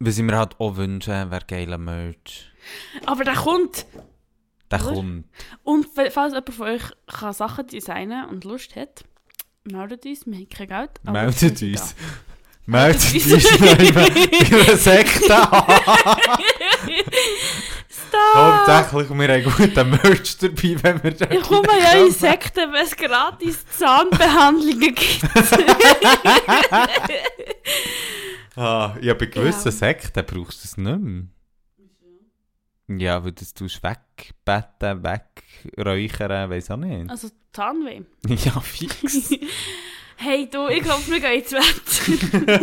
S2: was ich mir halt auch wünsche, wäre geiler Merch.
S1: Aber der kommt!
S2: Der
S1: Was?
S2: kommt.
S1: Und fa- falls jemand von euch kann Sachen designen und Lust hat, meldet uns, wir haben kein Geld.
S2: Oh,
S1: aber wir
S2: Meldet
S1: sind
S2: uns.
S1: da.
S2: Meldet
S1: Meldet
S2: uns
S1: uns.
S2: nicht mehr *laughs* in einer Sekte an.
S1: *laughs* Stop!
S2: Hauptsächlich, wir haben guten Merch dabei, wenn wir da
S1: Ich komme ja in Sekten, wenn es gratis Zahnbehandlungen gibt.
S2: Ah, ja, bei gewissen
S1: Ja.
S2: Sekten brauchst du es nicht mehr. Ja, weil das tust du wegbetten, wegräuchern, weiss
S1: *laughs*
S2: auch nicht.
S1: Also Zahnweh. *laughs*
S2: Ja, fix.
S1: hey du, ich glaube, wir gehen ins Wetter.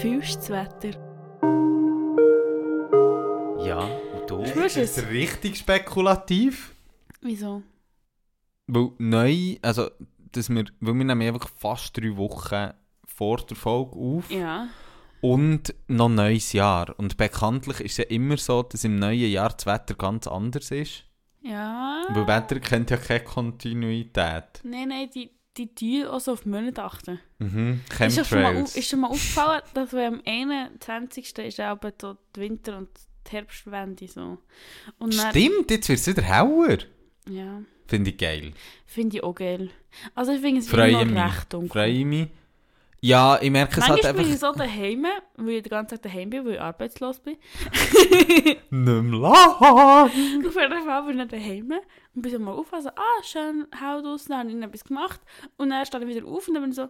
S1: Fühlst du das Wetter?
S2: ja, und du?
S1: Spürst du es?
S2: richtig spekulativ.
S1: Wieso?
S2: Weil neu, also, dass wir, weil wir nehmen einfach fast drei Wochen vor der Folge auf
S1: Ja.
S2: und noch neues Jahr. Und bekanntlich ist ja immer so, dass im neuen Jahr das Wetter ganz anders ist.
S1: Ja.
S2: Weil Wetter kennt ja keine Kontinuität.
S1: Nein, nein, die, die tun auch so auf Monate achten.
S2: Mhm.
S1: Ist dir schon mal,
S2: Chemtrails.
S1: auf- ist schon mal aufgefallen, dass wir am 21. ist ja eben so die Winter- und die Herbstwende so. Und dann,
S2: Stimmt, jetzt wird es wieder heller.
S1: Ja,
S2: Finde ich geil.
S1: finde ich auch geil. Also ich finde es
S2: Freue
S1: immer
S2: mich.
S1: noch recht dunkel.
S2: Freue mich. Ja, ich merke es
S1: Manchmal
S2: halt
S1: bin
S2: einfach
S1: ich so daheim, weil ich den ganzen Tag daheim bin, weil ich arbeitslos *laughs* bin.
S2: nicht mehr lang.
S1: Auf jeden Fall bin ich dann daheim und bin so mal auf, also, ah, schön, hau draus, dann habe ich etwas gemacht. Und dann stehe ich wieder auf und dann bin ich so,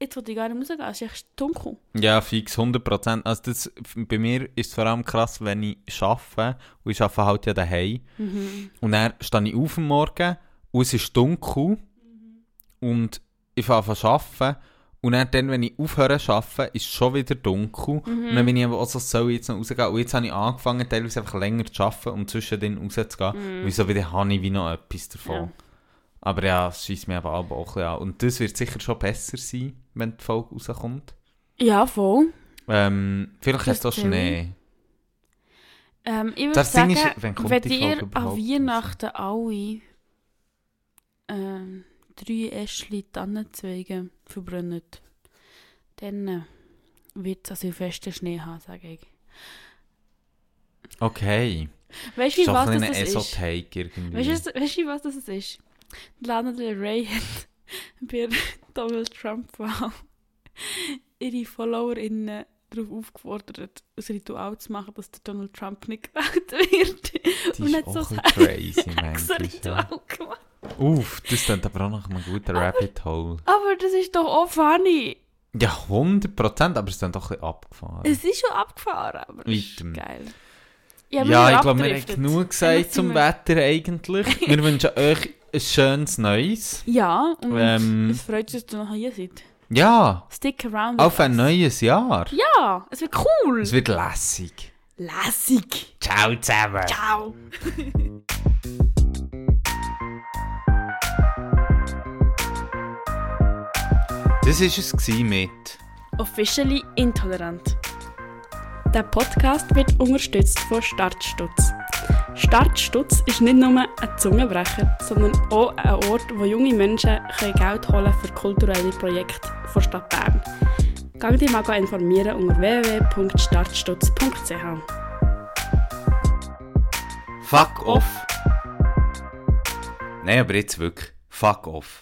S1: jetzt will ich gar nicht rausgehen, es ist echt dunkel.
S2: Ja, fix, 100%. Also das, bei mir ist es vor allem krass, wenn ich arbeite. Und ich arbeite halt ja daheim.
S1: Mhm.
S2: Und dann stehe ich auf am Morgen und es ist dunkel. Und ich fange an zu arbeiten. Und dann, dann, wenn ich aufhöre zu arbeiten, ist es schon wieder dunkel.
S1: Mhm.
S2: Und dann bin ich eben auch so, soll ich jetzt noch rausgehen? Und jetzt habe ich angefangen, teilweise einfach länger zu arbeiten und zwischendrin rauszugehen. Weil so wieder habe ich wie noch etwas davon.
S1: Mhm. Ja.
S2: Aber ja, es scheisst mir aber auch ein bisschen an. Und das wird sicher schon besser sein, wenn die Folge rauskommt.
S1: Ja, voll.
S2: Ähm, vielleicht
S1: Das
S2: ist auch
S1: stimmt.
S2: Schnee.
S1: Ähm, ich würde
S2: Das Ding
S1: sagen,
S2: ist, wenn kommt
S1: wenn
S2: die Folge
S1: ihr an
S2: überhaupt
S1: Weihnachten alle ähm, drei Äschli Tannenzweige verbrennt, dann äh, wird es an Silvester Schnee haben, sage ich.
S2: Okay.
S1: Weißt du,
S2: Ist
S1: wie
S2: doch
S1: was
S2: ein
S1: das
S2: bisschen
S1: ist?
S2: Esoterik irgendwie.
S1: Weißt du, weißt du, was das ist? Lana Del Rey hat *laughs* bei der Donald Trump-Wahl ihre FollowerInnen darauf aufgefordert, ein Ritual zu machen, dass der Donald Trump nicht gewählt wird. *laughs*
S2: die ist
S1: hat
S2: auch
S1: so
S2: ein bisschen
S1: ein- *laughs*
S2: crazy,
S1: so ein
S2: manchmal. Ja.
S1: Ritual gemacht.
S2: Uff, das klingt aber auch nach einem guten Rabbit Hole.
S1: Aber das ist doch auch funny.
S2: Ja, 100%, aber es klingt doch ein bisschen abgefahren.
S1: Es ist schon abgefahren, aber es ist
S2: Weitem.
S1: geil.
S2: Ja,
S1: wir
S2: ich glaube, wir haben
S1: abgedriftet.
S2: genug
S1: Dann
S2: gesagt
S1: sind
S2: zum
S1: wir- *laughs*
S2: Wetter eigentlich. Wir wünschen euch ein schönes Neues.
S1: Ja, und
S2: Ähm.
S1: es freut uns, dass du noch hier seid.
S2: Ja,
S1: Stick around.
S2: auf
S1: with
S2: ein
S1: us.
S2: neues Jahr.
S1: Ja, es wird cool.
S2: Es wird lässig.
S1: Lässig.
S2: Ciao zusammen.
S1: Ciao.
S2: Das war es gewesen mit
S1: Officially intolerant. Der Podcast wird unterstützt von Startstutz. Startstutz ist nicht nur ein Zungenbrecher, sondern auch ein Ort, wo junge Menschen können Geld holen für kulturelle Projekte von Stadt Bern. Gang dich mal informieren unter www.startstutz.ch.
S2: Fuck off. Nein, aber jetzt wirklich. Fuck off.